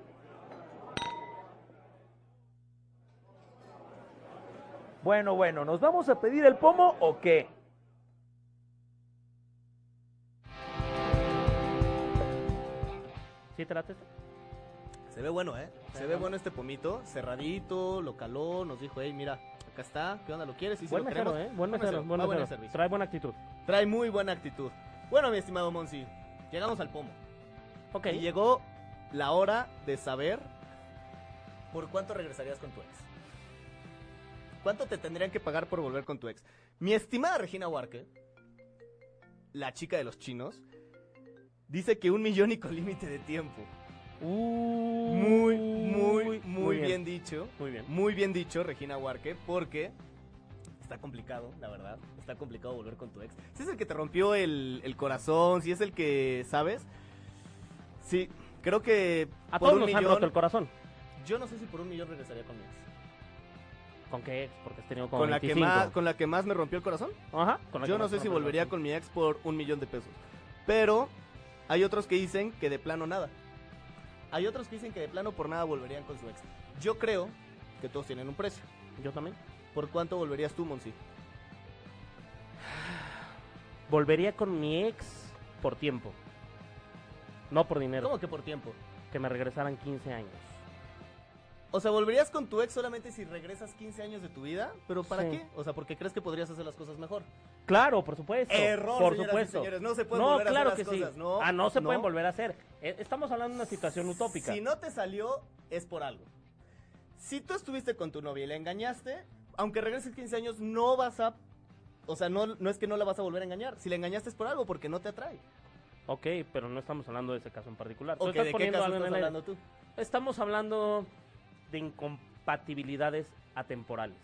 Speaker 6: Bueno, bueno, ¿nos vamos a pedir el pomo o qué?
Speaker 3: ¿Sí te late este?
Speaker 2: Se ve bueno, ¿eh? Se ve bueno este pomito, cerradito, lo caló, nos dijo, hey, mira, acá está, ¿qué onda, lo quieres? Sí, sí,
Speaker 3: buen ¿eh?
Speaker 2: lo
Speaker 3: mesero,
Speaker 2: queremos.
Speaker 3: ¿eh? Buen mesero, buen
Speaker 2: va, buen
Speaker 3: mesero.
Speaker 2: servicio.
Speaker 3: Trae buena actitud.
Speaker 2: Trae muy buena actitud. Bueno, mi estimado Monsi, llegamos al pomo.
Speaker 3: Ok.
Speaker 2: Y llegó la hora de saber por cuánto regresarías con tu ex. ¿Cuánto te tendrían que pagar por volver con tu ex? Mi estimada Regina Huarque, la chica de los chinos, dice que un millón y con límite de tiempo.
Speaker 3: Uh,
Speaker 2: Muy, muy, muy, bien. dicho.
Speaker 3: Muy bien.
Speaker 2: Muy bien dicho, Regina Huarque, porque está complicado, la verdad. Está complicado volver con tu ex. Si es el que te rompió el, el corazón, si es el que, ¿sabes? Sí, creo que
Speaker 3: A
Speaker 2: por
Speaker 3: todos
Speaker 2: un
Speaker 3: nos han
Speaker 2: millón-
Speaker 3: roto el corazón.
Speaker 2: yo no sé si por un millón regresaría con mi ex.
Speaker 3: ¿Con qué ex? Porque has tenido como
Speaker 2: Con la, que
Speaker 3: 25.
Speaker 2: más, con la que más me rompió el corazón.
Speaker 3: Ajá. con la
Speaker 2: Yo
Speaker 3: que
Speaker 2: no
Speaker 3: más
Speaker 2: sé
Speaker 3: nos
Speaker 2: si
Speaker 3: rompe el
Speaker 2: volvería
Speaker 3: corazón.
Speaker 2: con mi ex por un millón de pesos. Pero hay otros que dicen que de plano nada. Hay otros que dicen que de plano por nada volverían con su ex. Yo creo que todos tienen un precio.
Speaker 3: Yo también.
Speaker 2: ¿Por cuánto volverías tú, Monsi?
Speaker 3: Volvería con mi ex por tiempo. No por dinero.
Speaker 2: ¿Cómo que por tiempo?
Speaker 3: Que me regresaran 15 años.
Speaker 2: O sea, ¿volverías con tu ex solamente si regresas 15 años de tu vida? ¿Pero para
Speaker 3: Sí.
Speaker 2: qué? O sea, porque crees que podrías hacer las cosas mejor.
Speaker 3: Claro, por supuesto.
Speaker 2: Error,
Speaker 3: por
Speaker 2: señoras y
Speaker 3: supuesto.
Speaker 2: señores, no se pueden
Speaker 3: No,
Speaker 2: volver a
Speaker 3: claro
Speaker 2: hacer
Speaker 3: que
Speaker 2: las
Speaker 3: sí.
Speaker 2: cosas, ¿no?
Speaker 3: ah, no se
Speaker 2: No.
Speaker 3: pueden volver a hacer. Eh, Estamos hablando de una situación utópica.
Speaker 2: Si no te salió, es por algo. Si tú estuviste con tu novia y la engañaste, aunque regreses 15 años, no vas a. O sea, no, no es que no la vas a volver a engañar. Si la engañaste es por algo, porque no te atrae.
Speaker 3: Ok, pero no estamos hablando de ese caso en particular. Tú
Speaker 2: ¿O que
Speaker 3: estás
Speaker 2: de qué
Speaker 3: poniendo
Speaker 2: caso
Speaker 3: algo en
Speaker 2: estás
Speaker 3: el aire.
Speaker 2: hablando tú?
Speaker 3: Estamos hablando de incompatibilidades atemporales.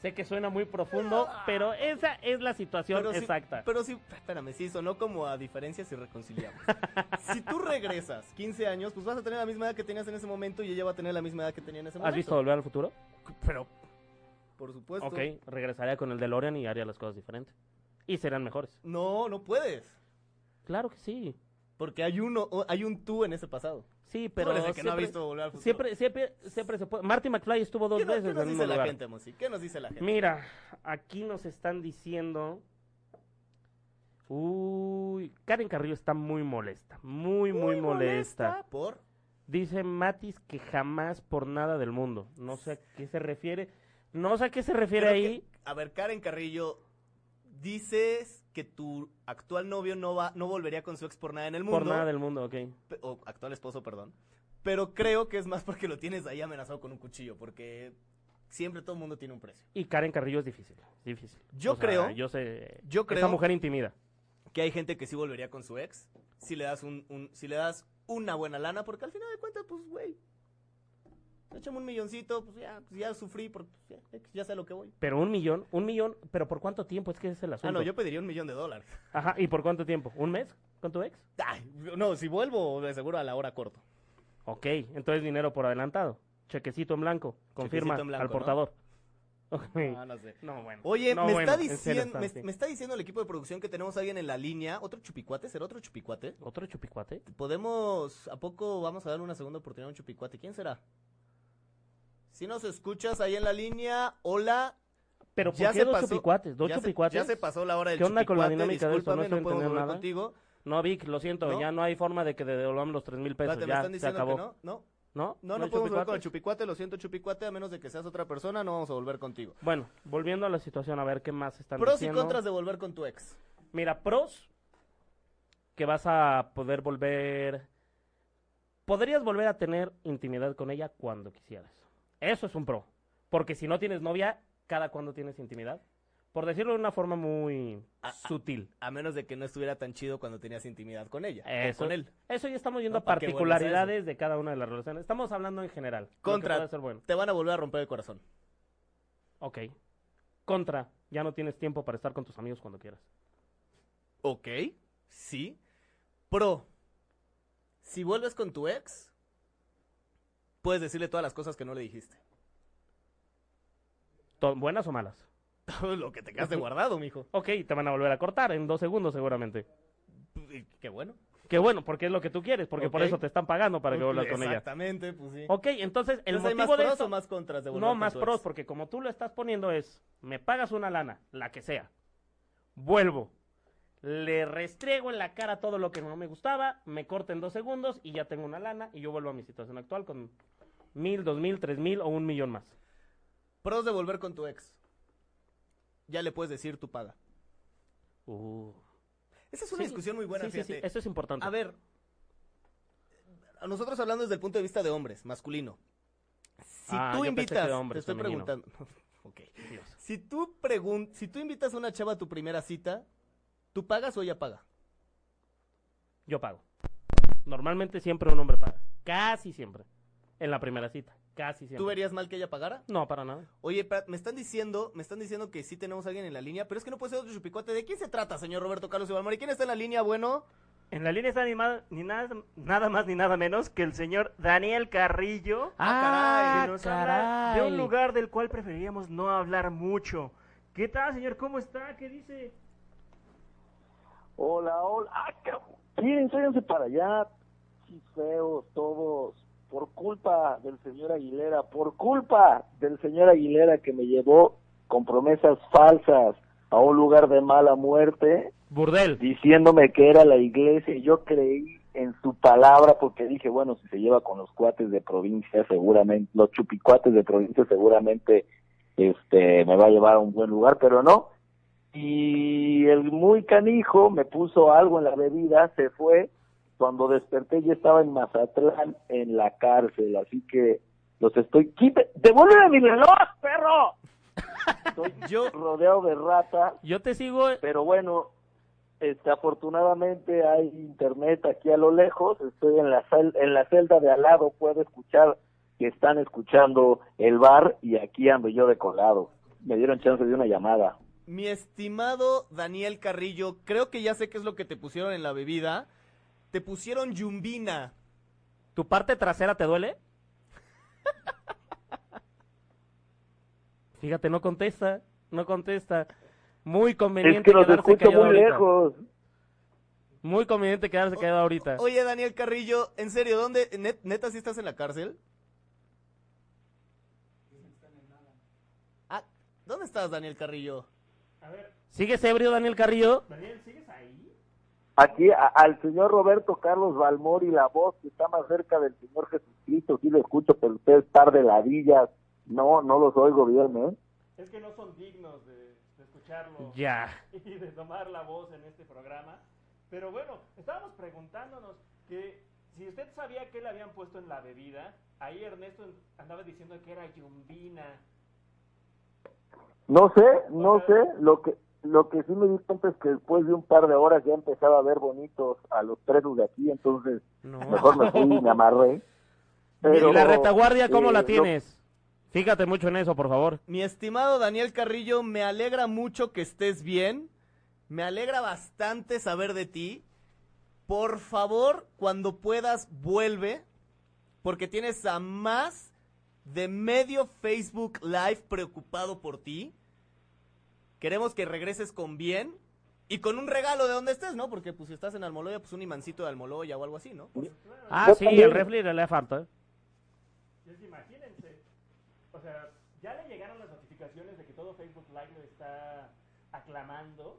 Speaker 3: Sé que suena muy profundo, pero esa es la situación
Speaker 2: Ah. Pero si-
Speaker 3: exacta.
Speaker 2: pero sí, espérame, sí, sonó como a diferencias irreconciliables. si tú regresas 15 años, pues vas a tener la misma edad que tenías en ese momento y ella va a tener la misma edad que tenía en ese momento.
Speaker 3: ¿Has visto Volver al Futuro?
Speaker 2: Pero. Por supuesto.
Speaker 3: Ok, regresaría con el DeLorean y haría las cosas diferentes. Y serían mejores.
Speaker 2: No, no puedes.
Speaker 3: Claro que sí.
Speaker 2: Porque hay uno, o- hay un tú en ese pasado.
Speaker 3: Sí,
Speaker 2: Pero
Speaker 3: pero
Speaker 2: eres el que no ha
Speaker 3: siempre-
Speaker 2: visto volver al futuro.
Speaker 3: Siempre, siempre, siempre se puede. Marty McFly estuvo dos
Speaker 2: ¿Qué, no-
Speaker 3: veces
Speaker 2: qué
Speaker 3: en el
Speaker 2: nos
Speaker 3: mismo
Speaker 2: dice la
Speaker 3: lugar.
Speaker 2: gente, Monsi? ¿Qué nos dice la gente?
Speaker 3: Mira, aquí nos están diciendo. Uy, Karen Carrillo está muy molesta, muy, muy, molesta.
Speaker 2: Por.
Speaker 3: Dice Matis que jamás por nada del mundo. No sé a qué se refiere. No sé a qué se refiere
Speaker 2: Creo
Speaker 3: ahí.
Speaker 2: que- a ver, Karen Carrillo, dices que tu actual novio no va, no volvería con su ex por nada en el mundo.
Speaker 3: Por nada del mundo, ok.
Speaker 2: pe- O actual esposo, perdón. Pero creo que es más porque lo tienes ahí amenazado con un cuchillo, porque siempre todo el mundo tiene un precio.
Speaker 3: Y Karen Carrillo es difícil. Difícil.
Speaker 2: Yo
Speaker 3: sea,
Speaker 2: creo-
Speaker 3: yo sé.
Speaker 2: yo creo-
Speaker 3: Esa mujer intimida.
Speaker 2: Que hay gente que sí volvería con su ex, si le das un, un- si le das una buena lana, porque al final de cuentas, pues, güey. échame un milloncito, pues ya, pues ya sufrí, por, pues ya, ya sé a lo que voy.
Speaker 3: Pero un millón, un millón, pero ¿por cuánto tiempo? Es que ese es el asunto.
Speaker 2: Ah, no, yo pediría un millón de dólares.
Speaker 3: Ajá, ¿y por cuánto tiempo? ¿Un mes con tu ex?
Speaker 2: Ay, no, si vuelvo, de seguro a la hora corto.
Speaker 3: Ok, entonces dinero por adelantado. Chequecito en blanco, confirma
Speaker 2: Chequecito en blanco,
Speaker 3: al
Speaker 2: ¿no?
Speaker 3: portador.
Speaker 2: Ah, no sé.
Speaker 3: No, bueno.
Speaker 2: Oye,
Speaker 3: No,
Speaker 2: me,
Speaker 3: bueno,
Speaker 2: está
Speaker 3: en serio,
Speaker 2: diciendo, me,
Speaker 3: está, sí.
Speaker 2: me está diciendo el equipo de producción que tenemos a alguien en la línea. ¿Otro chupicuate? ¿Será otro chupicuate?
Speaker 3: ¿Otro chupicuate?
Speaker 2: ¿Podemos, a poco vamos a darle una segunda oportunidad a un chupicuate? ¿Quién será? Si nos escuchas ahí en la línea, hola.
Speaker 3: ¿Pero por
Speaker 2: Ya
Speaker 3: qué
Speaker 2: se
Speaker 3: dos
Speaker 2: pasó-
Speaker 3: chupicuates? ¿Dos
Speaker 2: ya se-
Speaker 3: chupicuates?
Speaker 2: ya se pasó la hora del
Speaker 3: ¿Qué onda con la
Speaker 2: chupicuate,
Speaker 3: dinámica de esto?
Speaker 2: discúlpame,
Speaker 3: No estoy
Speaker 2: no podemos
Speaker 3: entendiendo
Speaker 2: volver
Speaker 3: nada. Pues
Speaker 2: contigo.
Speaker 3: No, Vic, lo siento,
Speaker 2: ¿No?
Speaker 3: ya no hay forma de que devolvamos los tres mil pesos.
Speaker 2: Espérate,
Speaker 3: ya,
Speaker 2: me están
Speaker 3: se
Speaker 2: diciendo
Speaker 3: acabó.
Speaker 2: que no, no.
Speaker 3: ¿No?
Speaker 2: No,
Speaker 3: hay
Speaker 2: no, podemos volver con el
Speaker 3: chupicuates?
Speaker 2: chupicuate, lo siento chupicuate, a menos de que seas otra persona, no vamos a volver contigo.
Speaker 3: Bueno, volviendo a la situación, a ver qué más están
Speaker 2: Pros y
Speaker 3: diciendo.
Speaker 2: contras de volver con tu ex.
Speaker 3: Mira, pros, que vas a poder volver... Podrías volver a tener intimidad con ella cuando quisieras. Eso es un pro. Porque si no tienes novia, cada cuando tienes intimidad. Por decirlo de una forma muy
Speaker 2: Ah, ah.
Speaker 3: sutil.
Speaker 2: A menos de que no estuviera tan chido cuando tenías intimidad con ella. o
Speaker 3: Eso,
Speaker 2: con él.
Speaker 3: eso ya estamos yendo
Speaker 2: No,
Speaker 3: a
Speaker 2: ¿pa' qué vuelves a eso?
Speaker 3: particularidades de cada una de las relaciones. Estamos hablando en general. lo que
Speaker 2: Contra.
Speaker 3: puede ser bueno.
Speaker 2: Te van a volver a romper el corazón.
Speaker 3: Ok. Contra, ya no tienes tiempo para estar con tus amigos cuando quieras.
Speaker 2: Ok, sí. Pro, si vuelves con tu ex, puedes decirle todas las cosas que no le dijiste.
Speaker 3: To- ¿Buenas o malas?
Speaker 2: Todo lo que te quedaste guardado, mijo.
Speaker 3: Ok, te van a volver a cortar en dos segundos seguramente. Pues,
Speaker 2: Y Qué bueno.
Speaker 3: Que bueno, porque es lo que tú quieres, porque por
Speaker 2: Ok.
Speaker 3: eso te están pagando para que vuelvas con ella.
Speaker 2: Exactamente, pues sí.
Speaker 3: Ok, entonces el
Speaker 2: Entonces, ¿hay
Speaker 3: motivo
Speaker 2: más
Speaker 3: de
Speaker 2: pros
Speaker 3: eso...
Speaker 2: o más contras de volver
Speaker 3: no,
Speaker 2: con
Speaker 3: más
Speaker 2: tu
Speaker 3: pros,
Speaker 2: ex?
Speaker 3: porque como tú lo estás poniendo es, me pagas una lana, la que sea, vuelvo, le restriego en la cara todo lo que no me gustaba, me corto en dos segundos y ya tengo una lana y yo vuelvo a mi situación actual con mil, dos mil, tres mil o un millón más.
Speaker 2: Pros de volver con tu ex. Ya le puedes decir tu paga.
Speaker 3: Uh.
Speaker 2: Esa es una
Speaker 3: Sí,
Speaker 2: discusión muy buena,
Speaker 3: sí, sí, sí,
Speaker 2: fíjate.
Speaker 3: eso es importante.
Speaker 2: A ver, a nosotros hablando desde el punto de vista de hombres, masculino. Si
Speaker 3: Ah,
Speaker 2: tú
Speaker 3: yo pensé que
Speaker 2: invitas,
Speaker 3: de hombres,
Speaker 2: te estoy
Speaker 3: femenino.
Speaker 2: preguntando. ok.
Speaker 3: Dios.
Speaker 2: Si tú pregun si tú invitas a una chava a tu primera cita, ¿tú pagas o ella paga?
Speaker 3: Yo pago. Normalmente siempre un hombre paga. Casi siempre. En la primera cita. Casi siempre.
Speaker 2: ¿Tú verías mal que ella pagara?
Speaker 3: No, para nada.
Speaker 2: Oye, espera, me están diciendo, me están diciendo que sí tenemos a alguien en la línea, pero es que no puede ser otro chupicuate. ¿De quién se trata, señor Roberto Carlos Ibarmari? ¿Quién está en la línea, bueno?
Speaker 4: En la línea está ni, ma- ni nada, nada más ni nada menos que el señor Daniel Carrillo.
Speaker 2: Ah,
Speaker 4: que nos habla De un lugar del cual preferiríamos no hablar mucho. ¿Qué tal, señor? ¿Cómo está? ¿Qué dice?
Speaker 5: Hola, hola. Ah, cabrón. Miren, váyanse para allá. Sí, feos todos. Por culpa del señor Aguilera, por culpa del señor Aguilera que me llevó con promesas falsas a un lugar de mala muerte,
Speaker 3: Burdel.
Speaker 5: diciéndome que era la iglesia. Y yo creí en su palabra porque dije, bueno, si se lleva con los cuates de provincia, seguramente, los chupicuates de provincia, seguramente este me va a llevar a un buen lugar, pero no. Y el muy canijo me puso algo en la bebida, se fue. Cuando desperté ya estaba en Mazatlán, en la cárcel, así que los estoy... ¡Quite- ¡Devuélveme mi reloj, perro! Estoy
Speaker 2: Yo-
Speaker 5: rodeado de ratas,
Speaker 3: Yo te sigo.
Speaker 5: pero bueno, este, afortunadamente hay internet aquí a lo lejos, estoy en la, cel- en la celda de al lado, puedo escuchar que están escuchando el bar y aquí ando yo de colado. Me dieron chance de una llamada.
Speaker 2: Mi estimado Daniel Carrillo, creo que ya sé qué es lo que te pusieron en la bebida. Te pusieron yumbina.
Speaker 3: ¿Tu parte trasera te duele? Fíjate, no contesta. No contesta. Muy conveniente
Speaker 5: Es que los
Speaker 3: quedarse
Speaker 5: escucho
Speaker 3: callado
Speaker 5: muy
Speaker 3: ahorita.
Speaker 5: lejos.
Speaker 3: Muy conveniente quedarse callado ahorita.
Speaker 2: Oye, Daniel Carrillo, en serio, ¿dónde? net- ¿Neta sí estás en la cárcel? Ah, ¿Dónde estás, Daniel Carrillo?
Speaker 3: ¿Sigues ebrio, Daniel Carrillo?
Speaker 5: Aquí a- al señor Roberto Carlos Balmori, la voz que está más cerca del señor Jesucristo, sí lo escucho, pero ustedes par de ladillas. No, no los oigo bien, ¿eh?
Speaker 4: Es que no son dignos de, de escucharlo
Speaker 3: Ya.
Speaker 4: y de tomar la voz en este programa. Pero bueno, estábamos preguntándonos que si usted sabía que le habían puesto en la bebida, ahí Ernesto andaba diciendo que era yumbina.
Speaker 5: No sé, no sé, lo que lo que sí me di cuenta es que después de un par de horas ya empezaba a ver bonitos a los presos de aquí, entonces
Speaker 3: No.
Speaker 5: mejor me fui y me amarré. Pero,
Speaker 3: Ah. ¿Y la retaguardia cómo
Speaker 5: eh,
Speaker 3: la
Speaker 5: no-
Speaker 3: tienes? Fíjate mucho en eso, por favor.
Speaker 2: Mi estimado Daniel Carrillo, me alegra mucho que estés bien. Me alegra bastante saber de ti. Por favor, cuando puedas, vuelve. Porque tienes a más de medio Facebook Live preocupado por ti. Queremos que regreses con bien. Y con un regalo de donde estés, ¿no? Porque pues si estás en Almoloya, pues un imancito de Almoloya o algo así, ¿no?
Speaker 3: Ah,
Speaker 5: Yo
Speaker 3: sí,
Speaker 5: también.
Speaker 3: el refri le le falta. ¿eh?
Speaker 4: Pues imagínense. O sea, ya le llegaron las notificaciones de que todo Facebook Live lo está aclamando.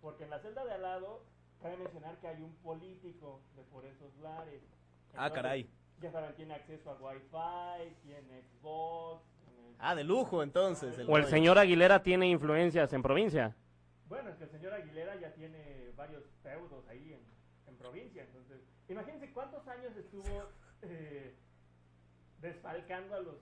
Speaker 4: Porque en la celda de al lado, cabe mencionar que hay un político de por esos lares.
Speaker 2: Ah,
Speaker 4: Entonces,
Speaker 2: caray.
Speaker 4: Ya saben, tiene acceso a Wi-Fi, tiene Xbox. tiene-
Speaker 2: Ah, de lujo entonces.
Speaker 3: O el
Speaker 2: rollo.
Speaker 3: señor Aguilera tiene influencias en provincia.
Speaker 4: Bueno, es que el señor Aguilera ya tiene varios feudos ahí en, en provincia. Entonces, imagínense cuántos años estuvo eh, desfalcando a los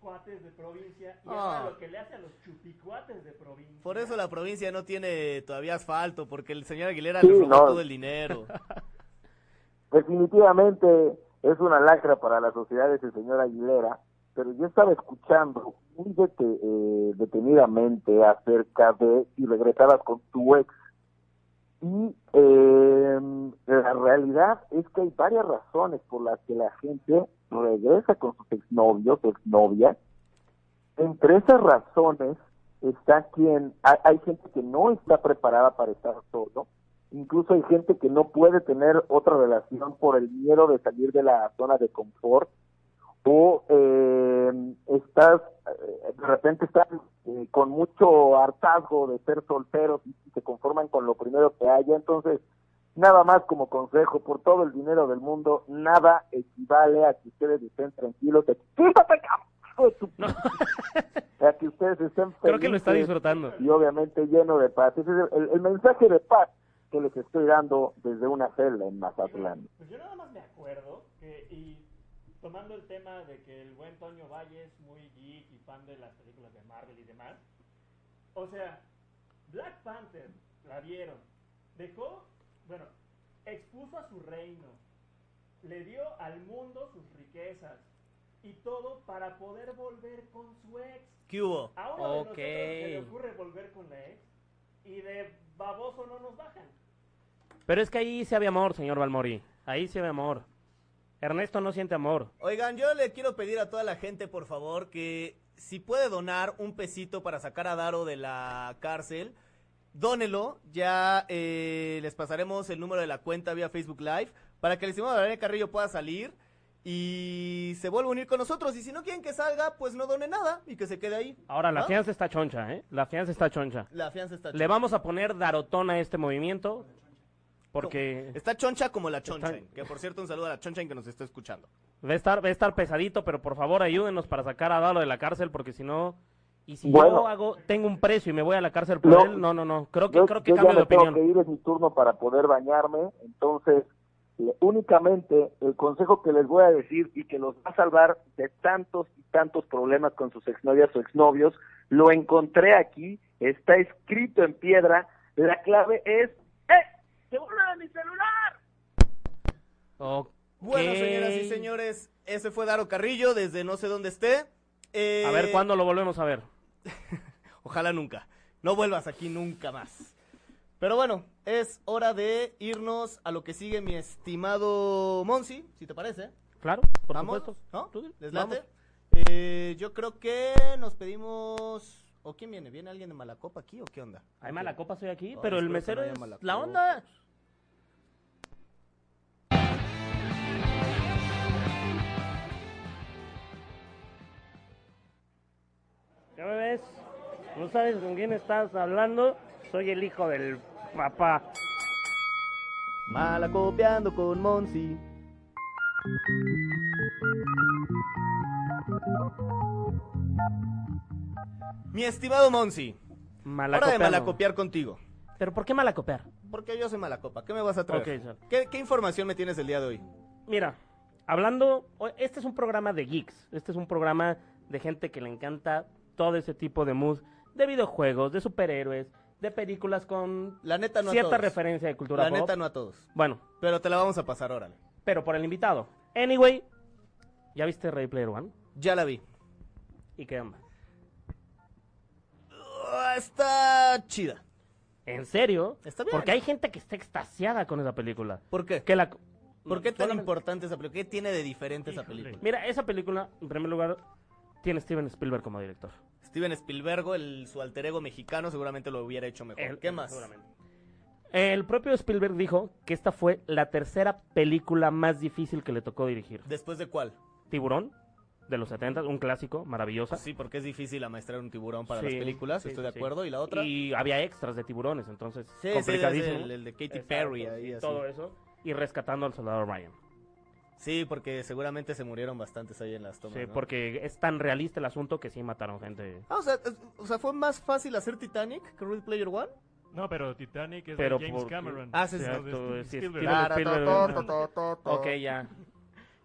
Speaker 4: cuates de provincia y ahora
Speaker 2: Ah.
Speaker 4: lo que le hace a los chupicuates de provincia.
Speaker 2: Por eso la provincia no tiene todavía asfalto, porque el señor Aguilera
Speaker 5: Sí,
Speaker 2: le robó
Speaker 5: no.
Speaker 2: todo el dinero.
Speaker 5: Definitivamente es una lacra para la sociedad ese señor Aguilera, pero yo estaba escuchando muy dete- eh, detenidamente acerca de si regresabas con tu ex. Y eh, la realidad es que hay varias razones por las que la gente regresa con sus exnovios, exnovias. Entre esas razones está quien, hay, hay gente que no está preparada para estar solo, incluso hay gente que no puede tener otra relación por el miedo de salir de la zona de confort o eh, estás eh, de repente estás eh, con mucho hartazgo de ser solteros y se conforman con lo primero que haya entonces nada más como consejo por todo el dinero del mundo nada equivale a que ustedes estén tranquilos a que, "Quítate, cabrón, hijo de tu p-". a que ustedes estén felices
Speaker 3: Creo que lo está disfrutando.
Speaker 5: y obviamente lleno de paz. Ese es el, el mensaje de paz que les estoy dando desde una celda en Mazatlán.
Speaker 4: Pues yo nada más me acuerdo que, y tomando el tema de que el buen Toño Valle es muy geek y fan de las películas de Marvel y demás, o sea, Black Panther, la vieron, dejó, bueno, expuso a su reino, le dio al mundo sus riquezas y todo para poder volver con su ex.
Speaker 2: ¿Qué hubo?
Speaker 4: A uno de nosotros se le
Speaker 3: Ok.
Speaker 4: ocurre volver con la ex y de baboso no nos bajan.
Speaker 3: Pero es que ahí se había amor, señor Balmori. Ahí se ve amor. Ernesto no siente amor.
Speaker 2: Oigan, yo le quiero pedir a toda la gente, por favor, que si puede donar un pesito para sacar a Daro de la cárcel, dónelo. Ya eh, les pasaremos el número de la cuenta vía Facebook Live para que el estimado Daniel Carrillo pueda salir y se vuelva a unir con nosotros. Y si no quieren que salga, pues no done nada y que se quede ahí.
Speaker 3: Ahora, la
Speaker 2: ¿Ah?
Speaker 3: fianza está choncha, ¿eh? La fianza está choncha.
Speaker 2: La fianza está
Speaker 3: Le vamos a poner darotón a este movimiento porque
Speaker 2: Está choncha como la choncha.
Speaker 3: Está-
Speaker 2: Que por cierto, un saludo a la choncha que nos está escuchando.
Speaker 3: va a estar, va a estar pesadito, pero por favor ayúdenos para sacar a Dalo de la cárcel porque si no... Y si yo
Speaker 5: Bueno.
Speaker 3: hago, tengo un precio y me voy a la cárcel por
Speaker 5: No.
Speaker 3: él, no, no, no. Creo que,
Speaker 5: Yo,
Speaker 3: creo que
Speaker 5: yo ya
Speaker 3: cambio de
Speaker 5: me tengo
Speaker 3: opinión.
Speaker 5: que ir, es mi turno para poder bañarme, entonces eh, únicamente el consejo que les voy a decir y que los va a salvar de tantos y tantos problemas con sus exnovias o exnovios, lo encontré aquí, está escrito en piedra, la clave es ¡Eh! ¡Se voló de mi celular!
Speaker 3: Ok.
Speaker 2: Bueno, señoras y señores, ese fue Daro Carrillo desde no sé dónde esté. Eh,
Speaker 3: A ver, ¿cuándo lo volvemos a ver?
Speaker 2: Ojalá nunca. No vuelvas aquí nunca más. Pero bueno, es hora de irnos a lo que sigue mi estimado Monsi, si te parece.
Speaker 3: Claro, por
Speaker 2: Vamos,
Speaker 3: supuesto.
Speaker 2: ¿no?
Speaker 3: Tú-
Speaker 2: ¿Les
Speaker 3: vamos.
Speaker 2: late? Eh, yo creo que nos pedimos... ¿O quién viene? ¿Viene alguien de Malacopa aquí o qué onda?
Speaker 3: Hay mala copa, soy aquí,
Speaker 2: Ay,
Speaker 3: pero el
Speaker 2: espero que
Speaker 3: mesero
Speaker 2: no haya
Speaker 3: es
Speaker 2: mala
Speaker 3: la
Speaker 2: copa.
Speaker 3: onda. ¿Ya me ves? ¿No sabes con quién estás hablando? Soy el hijo del papá.
Speaker 2: Malacopeando con Monsi. Mi estimado Monsi, hora de
Speaker 3: Malacopeando.
Speaker 2: malacopiar contigo.
Speaker 3: ¿Pero por qué malacopear?
Speaker 2: Porque yo soy malacopa. ¿Qué me vas a traer?
Speaker 3: Ok, sir.
Speaker 2: ¿Qué, qué información me tienes el día de hoy?
Speaker 3: Mira, hablando, o- este es un programa de geeks, este es un programa de gente que le encanta todo ese tipo de mood, de videojuegos, de superhéroes, de películas con
Speaker 2: La neta no a
Speaker 3: cierta
Speaker 2: todos.
Speaker 3: referencia de cultura
Speaker 2: La
Speaker 3: pop.
Speaker 2: neta no a todos.
Speaker 3: Bueno,
Speaker 2: Pero te la vamos a pasar, órale.
Speaker 3: pero por el invitado. Anyway, ¿Ya viste Ready Player One?
Speaker 2: Ya la vi.
Speaker 3: ¿Y qué onda? Oh,
Speaker 2: Uh, está chida.
Speaker 3: ¿En serio?
Speaker 2: Está bien.
Speaker 3: Porque hay gente que está extasiada con esa película.
Speaker 2: ¿Por qué?
Speaker 3: Que la...
Speaker 2: ¿Por
Speaker 3: Mm,
Speaker 2: qué tan importante esa película? ¿Qué tiene de diferente esa película?
Speaker 3: Mira, esa película, en primer lugar, tiene Steven Spielberg como director.
Speaker 2: Steven Spielberg, el, su alter ego mexicano, seguramente lo hubiera hecho mejor.
Speaker 3: El-
Speaker 2: ¿Qué más?
Speaker 3: seguramente. El propio Spielberg dijo que esta fue la tercera película más difícil que le tocó dirigir.
Speaker 2: ¿Después de cuál?
Speaker 3: Tiburón, de los 70, un clásico, maravillosa.
Speaker 2: Pues Sí, porque es difícil amaestrar un tiburón para
Speaker 3: Sí,
Speaker 2: las películas,
Speaker 3: sí,
Speaker 2: estoy de
Speaker 3: sí.
Speaker 2: acuerdo. ¿Y la otra?
Speaker 3: Y había extras de tiburones, entonces
Speaker 2: Sí, sí,
Speaker 3: complicadísimo.
Speaker 2: es el, el de Katy
Speaker 3: Exacto,
Speaker 2: Perry.
Speaker 3: sí,
Speaker 2: ahí, así.
Speaker 3: todo eso. Y rescatando al soldado Ryan.
Speaker 2: Sí, porque seguramente se murieron bastantes ahí en las tomas.
Speaker 3: Sí,
Speaker 2: ¿no?
Speaker 3: porque es tan realista el asunto que sí mataron gente.
Speaker 2: Ah, o sea, es- o sea, ¿fue más fácil hacer Titanic que Ready Player One?
Speaker 3: Pues
Speaker 4: No, pero Titanic es
Speaker 3: Pero
Speaker 4: de James
Speaker 3: por-
Speaker 4: Cameron.
Speaker 2: Ah, sí, Ah, sí,
Speaker 4: No, de
Speaker 3: exacto,
Speaker 4: Steven
Speaker 3: sí,
Speaker 4: Spielberg.
Speaker 3: Steven- Ok, ya.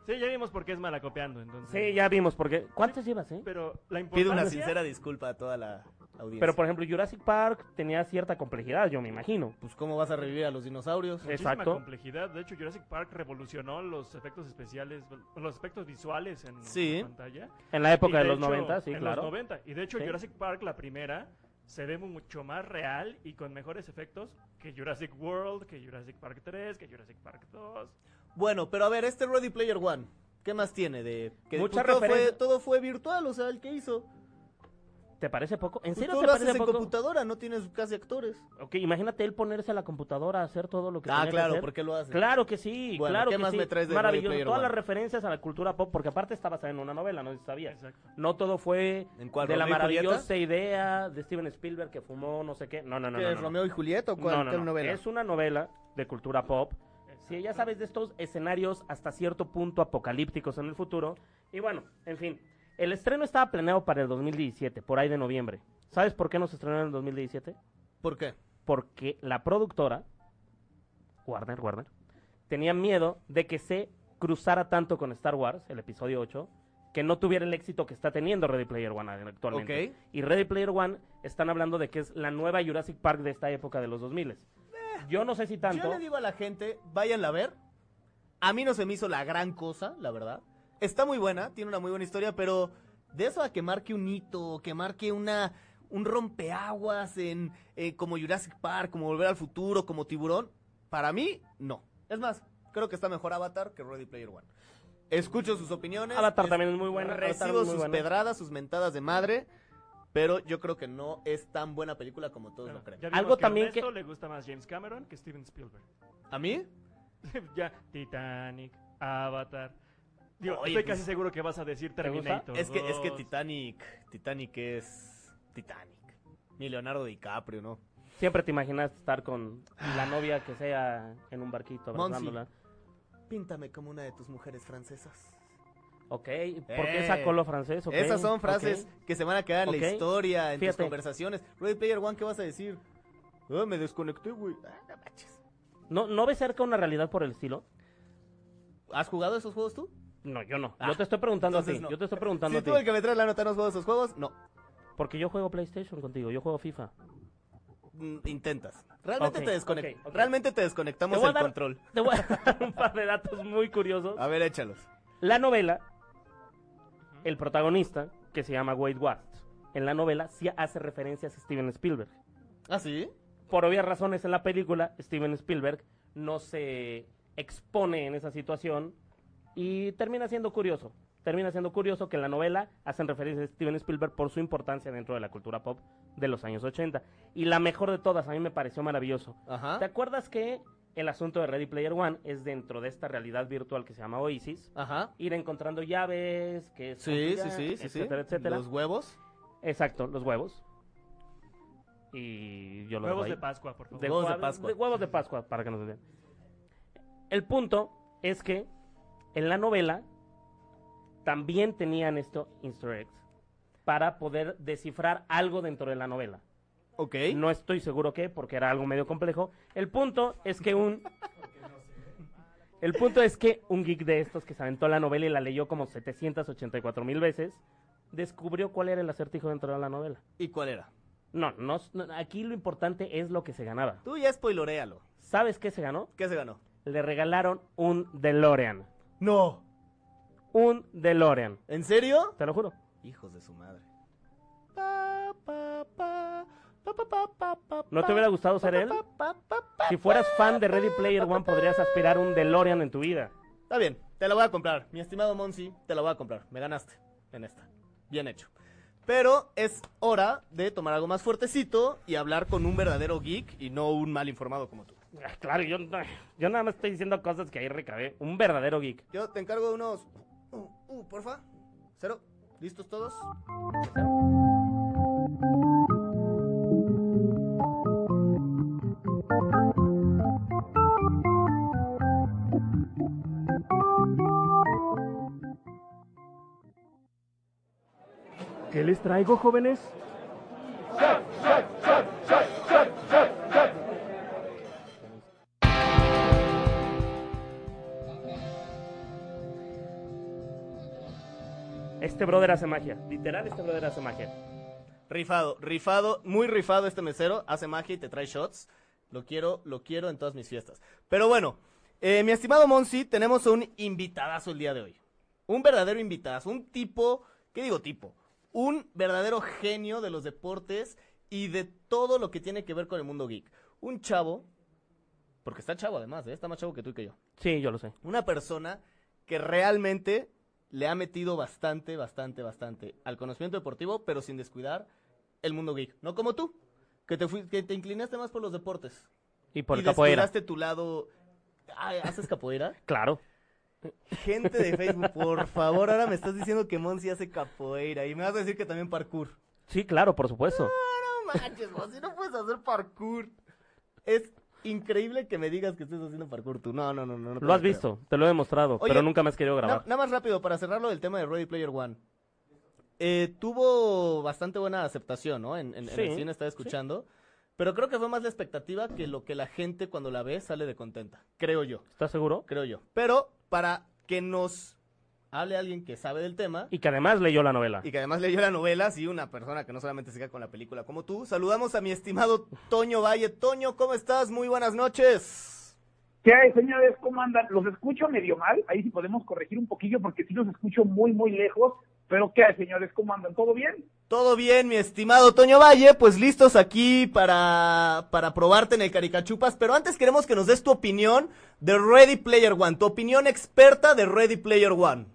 Speaker 4: Sí, ya vimos por qué es malacopeando, entonces.
Speaker 3: Sí, ya vimos, porque... ¿Cuántas llevas, eh?
Speaker 4: Pero
Speaker 2: Pido
Speaker 4: la importancia...
Speaker 2: una sincera disculpa a toda la audiencia.
Speaker 3: Pero, por ejemplo, Jurassic Park tenía cierta complejidad, yo me imagino.
Speaker 2: pues, ¿cómo vas a revivir a los dinosaurios?
Speaker 4: Muchísima
Speaker 3: Exacto.
Speaker 4: complejidad. De hecho, Jurassic Park revolucionó los efectos especiales, los efectos visuales en
Speaker 2: Sí.
Speaker 4: la pantalla.
Speaker 3: En la época
Speaker 4: Y
Speaker 3: de, los
Speaker 4: hecho,
Speaker 3: 90, sí,
Speaker 4: en
Speaker 3: claro.
Speaker 4: los 90. Y de hecho,
Speaker 3: Sí.
Speaker 4: Jurassic Park, la primera, se ve mucho más real y con mejores efectos que Jurassic World, que Jurassic Park 3, que Jurassic Park 2.
Speaker 2: Bueno, pero a ver, este Ready Player One, ¿qué más tiene de que
Speaker 3: Mucha
Speaker 2: todo fue,
Speaker 3: referencia.
Speaker 2: todo fue virtual, o sea, el que hizo.
Speaker 3: ¿Te parece poco? ¿En
Speaker 2: Pues
Speaker 3: serio
Speaker 2: todo
Speaker 3: te
Speaker 2: lo haces
Speaker 3: parece
Speaker 2: en
Speaker 3: poco?
Speaker 2: computadora, no tienes casi actores.
Speaker 3: Ok, imagínate él ponerse a la computadora a hacer todo lo que
Speaker 2: Ah,
Speaker 3: tenía que
Speaker 2: claro,
Speaker 3: hacer.
Speaker 2: ¿por qué lo haces?
Speaker 3: Claro que sí,
Speaker 2: Bueno,
Speaker 3: claro
Speaker 2: ¿qué
Speaker 3: que
Speaker 2: más
Speaker 3: sí.
Speaker 2: me traes de Ready
Speaker 3: Maravilloso.
Speaker 2: Player
Speaker 3: Todas
Speaker 2: One?
Speaker 3: las referencias a la cultura pop, porque aparte está basada en una novela, no sé si sabías.
Speaker 4: Exacto.
Speaker 3: No todo fue
Speaker 2: ¿En cuál,
Speaker 3: de la
Speaker 2: Romeo y Julieta?
Speaker 3: maravillosa idea de Steven Spielberg que fumó no sé qué. No, no, no.
Speaker 2: ¿Qué
Speaker 3: no,
Speaker 2: es
Speaker 3: no.
Speaker 2: Romeo y Julieta o cuál?
Speaker 3: No, no,
Speaker 2: ¿Qué
Speaker 3: no.
Speaker 2: novela?
Speaker 3: Es una novela de cultura pop. Si ya sabes de estos escenarios hasta cierto punto apocalípticos en el futuro. Y bueno, en fin. El estreno estaba planeado para el 2017, por ahí de noviembre. ¿Sabes por qué no se estrenó en el 2017?
Speaker 2: ¿Por qué?
Speaker 3: Porque la productora, Warner, Warner, tenía miedo de que se cruzara tanto con Star Wars, el episodio 8, que no tuviera el éxito que está teniendo Ready Player One actualmente.
Speaker 2: Ok.
Speaker 3: Y Ready Player One están hablando de que es la nueva Jurassic Park de esta época de los 2000. Yo no sé si tanto.
Speaker 2: Yo le digo a la gente, váyanla a ver. A mí no se me hizo la gran cosa, la verdad. Está muy buena, tiene una muy buena historia, pero de eso a que marque un hito, que marque una un rompeaguas en eh, como Jurassic Park, como Volver al Futuro, como Tiburón, para mí no. Es más, creo que está mejor Avatar que Ready Player One. Escucho sus opiniones.
Speaker 3: Avatar
Speaker 2: es-
Speaker 3: también es muy buena. Avatar es
Speaker 2: Recibo
Speaker 3: muy
Speaker 2: sus
Speaker 3: buena.
Speaker 2: pedradas, sus mentadas de madre, pero yo creo que no es tan buena película como todos lo
Speaker 4: Bueno,
Speaker 2: creen.
Speaker 4: ya vimos
Speaker 3: Algo
Speaker 4: que
Speaker 3: también
Speaker 4: Ernesto
Speaker 3: que-
Speaker 4: le gusta más James Cameron que Steven Spielberg.
Speaker 2: ¿A mí?
Speaker 4: ya, Titanic, Avatar. Digo,
Speaker 2: Oye,
Speaker 4: estoy
Speaker 2: pues-
Speaker 4: casi seguro que vas a decir
Speaker 3: ¿Te gusta?
Speaker 4: Terminator.
Speaker 2: Es que, es que
Speaker 4: 2.
Speaker 2: Titanic, Titanic es Titanic. Ni Leonardo DiCaprio, ¿no?
Speaker 3: Siempre te imaginas estar con la novia que sea en un barquito
Speaker 2: Monsi.
Speaker 3: abrazándola.
Speaker 2: Píntame como una de tus mujeres francesas.
Speaker 3: Ok, ¿por
Speaker 2: Eh.
Speaker 3: qué sacó lo francés? Ok,
Speaker 2: Esas son
Speaker 3: ok.
Speaker 2: frases que se van a quedar en la
Speaker 3: Ok.
Speaker 2: historia, en
Speaker 3: Fíjate.
Speaker 2: tus conversaciones. Ready Player One, ¿qué vas a decir? Ah, me desconecté, güey. Ah, no manches.
Speaker 3: ¿No, ¿No ves cerca una realidad por el estilo?
Speaker 2: ¿Has jugado esos juegos tú?
Speaker 3: No, yo no.
Speaker 2: Ah,
Speaker 3: yo te estoy preguntando a ti.
Speaker 2: entonces no.
Speaker 3: Yo te estoy preguntando
Speaker 2: si tú
Speaker 3: a ti.
Speaker 2: el que me traes la nota no has jugado esos juegos, no.
Speaker 3: Porque yo juego PlayStation contigo, yo juego FIFA.
Speaker 2: Mm, Intentas. Realmente
Speaker 3: Ok,
Speaker 2: te desconectamos.
Speaker 3: ok, ok.
Speaker 2: Realmente te
Speaker 3: Te
Speaker 2: desconectamos
Speaker 3: voy a
Speaker 2: el
Speaker 3: dar-
Speaker 2: control.
Speaker 3: Te voy a dar un par de datos muy curiosos.
Speaker 2: A ver, échalos.
Speaker 3: La novela, el protagonista, que se llama Wade West, en la novela sí hace referencias a Steven Spielberg.
Speaker 2: ¿Ah, sí?
Speaker 3: Por obvias razones, en la película, Steven Spielberg no se expone en esa situación y termina siendo curioso. Termina siendo curioso que en la novela hacen referencia a Steven Spielberg por su importancia dentro de la cultura pop de los años 80. Y la mejor de todas, a mí me pareció maravilloso. ¿Te
Speaker 2: Ajá.
Speaker 3: acuerdas que el asunto de Ready Player One es dentro de esta realidad virtual que se llama Oasis?
Speaker 2: Ajá.
Speaker 3: Ir encontrando llaves, que es
Speaker 2: Sí, sí,
Speaker 3: confiar,
Speaker 2: sí, sí, sí.
Speaker 3: etcétera, etcétera.
Speaker 2: Los huevos.
Speaker 3: Exacto, los huevos. Y yo los
Speaker 4: Huevos de Pascua, por favor.
Speaker 2: De- Huevos Pascua.
Speaker 3: huevos de Pascua, para que nos entiendan. El punto es que en la novela también tenían esto Easter eggs para poder descifrar algo dentro de la novela.
Speaker 2: Ok.
Speaker 3: No estoy seguro qué, porque era algo medio complejo. El punto es que un. El punto es que un geek de estos que se aventó la novela y la leyó como 784 mil veces, descubrió cuál era el acertijo dentro de la novela.
Speaker 2: ¿Y cuál era?
Speaker 3: No, no, no, aquí lo importante es lo que se ganaba.
Speaker 2: Tú ya spoilorealo.
Speaker 3: ¿Sabes qué se ganó?
Speaker 2: ¿Qué se ganó?
Speaker 3: Le regalaron un DeLorean.
Speaker 2: No.
Speaker 3: un DeLorean.
Speaker 2: ¿En serio?
Speaker 3: Te lo juro.
Speaker 2: Hijos de su madre.
Speaker 3: ¿No te hubiera gustado ser él? Si fueras fan de Ready Player One, podrías aspirar un DeLorean en tu vida.
Speaker 2: Está bien, te la voy a comprar. Mi estimado Monsi, te la voy a comprar. Me ganaste en esta. Bien hecho. Pero es hora de tomar algo más fuertecito y hablar con un verdadero geek y no un mal informado como tú.
Speaker 3: Ah, Claro, yo, yo nada más estoy diciendo cosas que ahí recabé. Un verdadero geek.
Speaker 2: Yo te encargo de unos... Uh, uh, porfa. Cero. ¿Listos todos?
Speaker 4: ¿Qué les traigo, jóvenes?
Speaker 3: Este brother hace magia. Literal, este brother hace magia.
Speaker 2: Rifado, rifado, muy rifado este mesero. Hace magia y te trae shots. Lo quiero, lo quiero en todas mis fiestas. Pero bueno, eh, mi estimado Monsi, tenemos un invitadazo el día de hoy. Un verdadero invitadazo, un tipo, ¿qué digo tipo? Un verdadero genio de los deportes y de todo lo que tiene que ver con el mundo geek. Un chavo, porque está chavo además, ¿eh? está más chavo que tú y que yo.
Speaker 3: Sí, yo lo sé.
Speaker 2: Una persona que realmente le ha metido bastante, bastante, bastante al conocimiento deportivo, pero sin descuidar el mundo geek. No como tú, que te, fui- que te inclinaste más por los deportes.
Speaker 3: Y por
Speaker 2: y
Speaker 3: el capoeira.
Speaker 2: descuidaste tu lado... Ay, ¿Haces capoeira?
Speaker 3: Claro.
Speaker 2: Gente de Facebook, por favor, ahora me estás diciendo que Monsi hace capoeira y me vas a decir que también parkour.
Speaker 3: Sí, claro, por supuesto.
Speaker 2: No manches, Monsi, no puedes hacer parkour. Es increíble que me digas que estés haciendo parkour tú. No, no, no, no. no te
Speaker 3: Lo has
Speaker 2: creo.
Speaker 3: visto, te lo he demostrado,
Speaker 2: Oye,
Speaker 3: pero nunca me has querido
Speaker 2: Na-
Speaker 3: grabar.
Speaker 2: nada más rápido, para cerrarlo del tema de Ready Player One. Eh, tuvo bastante buena aceptación, ¿no? En, en- en el
Speaker 3: Sí,
Speaker 2: cine estaba escuchando. Pero creo que fue más la expectativa que lo que la gente cuando la ve sale de contenta. Creo yo,
Speaker 3: ¿Estás seguro?
Speaker 2: creo yo. Pero para que nos hable alguien que sabe del tema.
Speaker 3: Y que además leyó la novela.
Speaker 2: Y que además leyó la novela, sí, una persona que no solamente se queda con la película como tú. Saludamos a mi estimado Toño Valle. Toño, ¿cómo estás? Muy buenas noches.
Speaker 8: ¿Qué hay, señores? ¿Cómo andan? Los escucho medio mal, ahí sí podemos corregir un poquillo porque sí los escucho muy, muy lejos. Pero ¿qué hay, señores? ¿Cómo andan? ¿Todo bien?
Speaker 2: Todo bien, mi estimado Toño Valle, pues listos aquí para, para probarte en el Caricachupas, pero antes queremos que nos des tu opinión de Ready Player One, tu opinión experta de Ready Player One.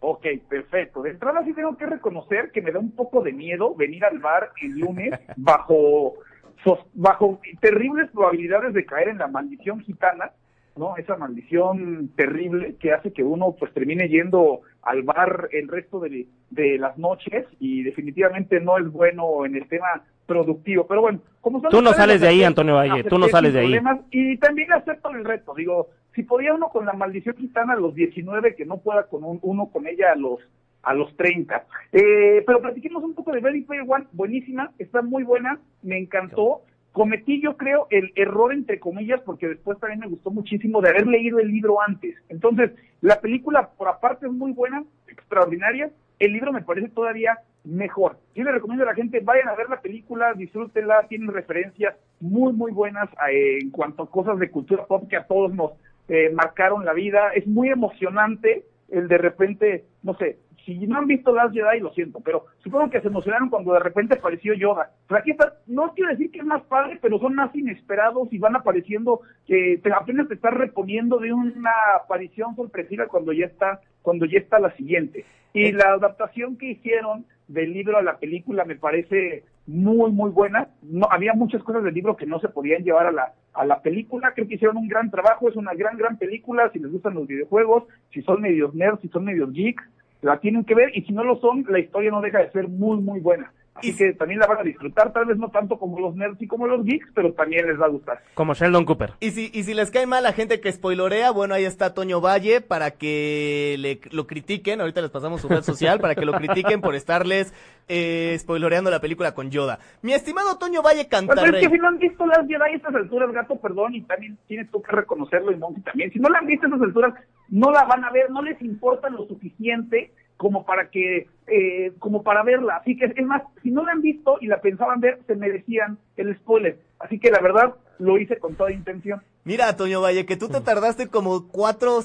Speaker 8: Ok, perfecto. De entrada sí tengo que reconocer que me da un poco de miedo venir al bar el lunes bajo, sos- bajo terribles probabilidades de caer en la maldición gitana, ¿no? Esa maldición terrible que hace que uno pues termine yendo al bar el resto de, de las noches y definitivamente no es bueno en el tema productivo. Pero bueno, como son
Speaker 3: Tú no
Speaker 8: ustedes,
Speaker 3: sales de ahí,
Speaker 8: acepté-
Speaker 3: Antonio Valle, tú no
Speaker 8: acepté
Speaker 3: sales de
Speaker 8: sin
Speaker 3: ahí.
Speaker 8: problemas Y también acepto el reto, digo, si podía uno con la maldición gitana a los 19, que no pueda con un- uno con ella a los a los 30. Eh, pero platiquemos un poco de Ready Player One, buenísima, está muy buena, me encantó. Cometí, yo creo, el error entre comillas, porque después también me gustó muchísimo de haber leído el libro antes. Entonces, la película, por aparte, es muy buena, extraordinaria. El libro me parece todavía mejor. Yo le recomiendo a la gente, vayan a ver la película, disfrútenla, tienen referencias muy, muy buenas a- en cuanto a cosas de cultura pop que a todos nos eh, marcaron la vida. Es muy emocionante el de repente, no sé, si no han visto Last Jedi, lo siento, pero supongo que se emocionaron cuando de repente apareció Yoda. Pero aquí está, no quiero decir que es más padre, pero son más inesperados y van apareciendo, que te, apenas te estás reponiendo de una aparición sorpresiva cuando ya está, cuando ya está la siguiente. Y la adaptación que hicieron del libro a la película me parece muy muy buena. No había muchas cosas del libro que no se podían llevar a la a la película. Creo que hicieron un gran trabajo, es una gran gran película si les gustan los videojuegos, si son medios nerds, si son medios geeks, la tienen que ver y si no lo son, la historia no deja de ser muy muy buena. Así
Speaker 2: Y-
Speaker 8: que también la van a disfrutar, tal vez no tanto como los nerds y como los geeks, pero también les va a gustar.
Speaker 3: Como Sheldon Cooper.
Speaker 2: Y si, y si les cae mal la gente que spoilorea, bueno, ahí está Toño Valle para que le, lo critiquen, ahorita les pasamos su red social, para que lo critiquen por estarles eh, spoiloreando la película con Yoda. Mi estimado Toño Valle
Speaker 8: Pero es
Speaker 2: Cantarrey.
Speaker 8: que si no han visto las Jedi a estas alturas, gato, perdón, y también tienes tú que reconocerlo, y Monty también. Si no la han visto a estas alturas, no la van a ver, no les importa lo suficiente como para que, eh, como para verla. Así que, es más, si no la han visto y la pensaban ver, se merecían el spoiler. Así que la verdad, lo hice con toda intención.
Speaker 2: Mira, Toño Valle, que tú te tardaste como cuatro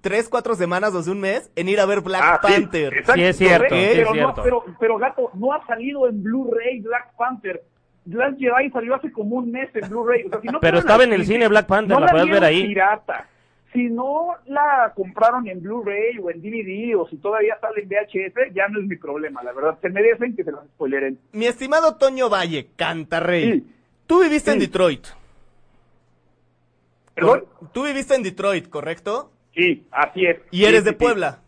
Speaker 2: tres, cuatro semanas, o sea, un mes, en ir a ver Black ah, Panther.
Speaker 9: Sí, sí, es cierto,
Speaker 8: ¿eh?
Speaker 9: sí es
Speaker 8: pero,
Speaker 9: cierto.
Speaker 8: No, pero, pero, Gato, no ha salido en Blu-ray Black Panther. Last Jedi salió hace como un mes en Blu-ray. O sea, si no
Speaker 3: pero estaba en el cine Black Panther,
Speaker 8: no
Speaker 3: la, puedes ver ahí.
Speaker 8: Pirata. Si no la compraron en Blu-ray o en DVD o si todavía sale en VHS, ya no es mi problema, la verdad. Se merecen que se las spoileren.
Speaker 2: Mi estimado Toño Valle, Cantarrey, sí. tú viviste sí. en Detroit.
Speaker 8: ¿Perdón?
Speaker 2: Tú viviste en Detroit, ¿correcto?
Speaker 8: Sí, así es.
Speaker 2: Y
Speaker 8: sí,
Speaker 2: eres de Puebla.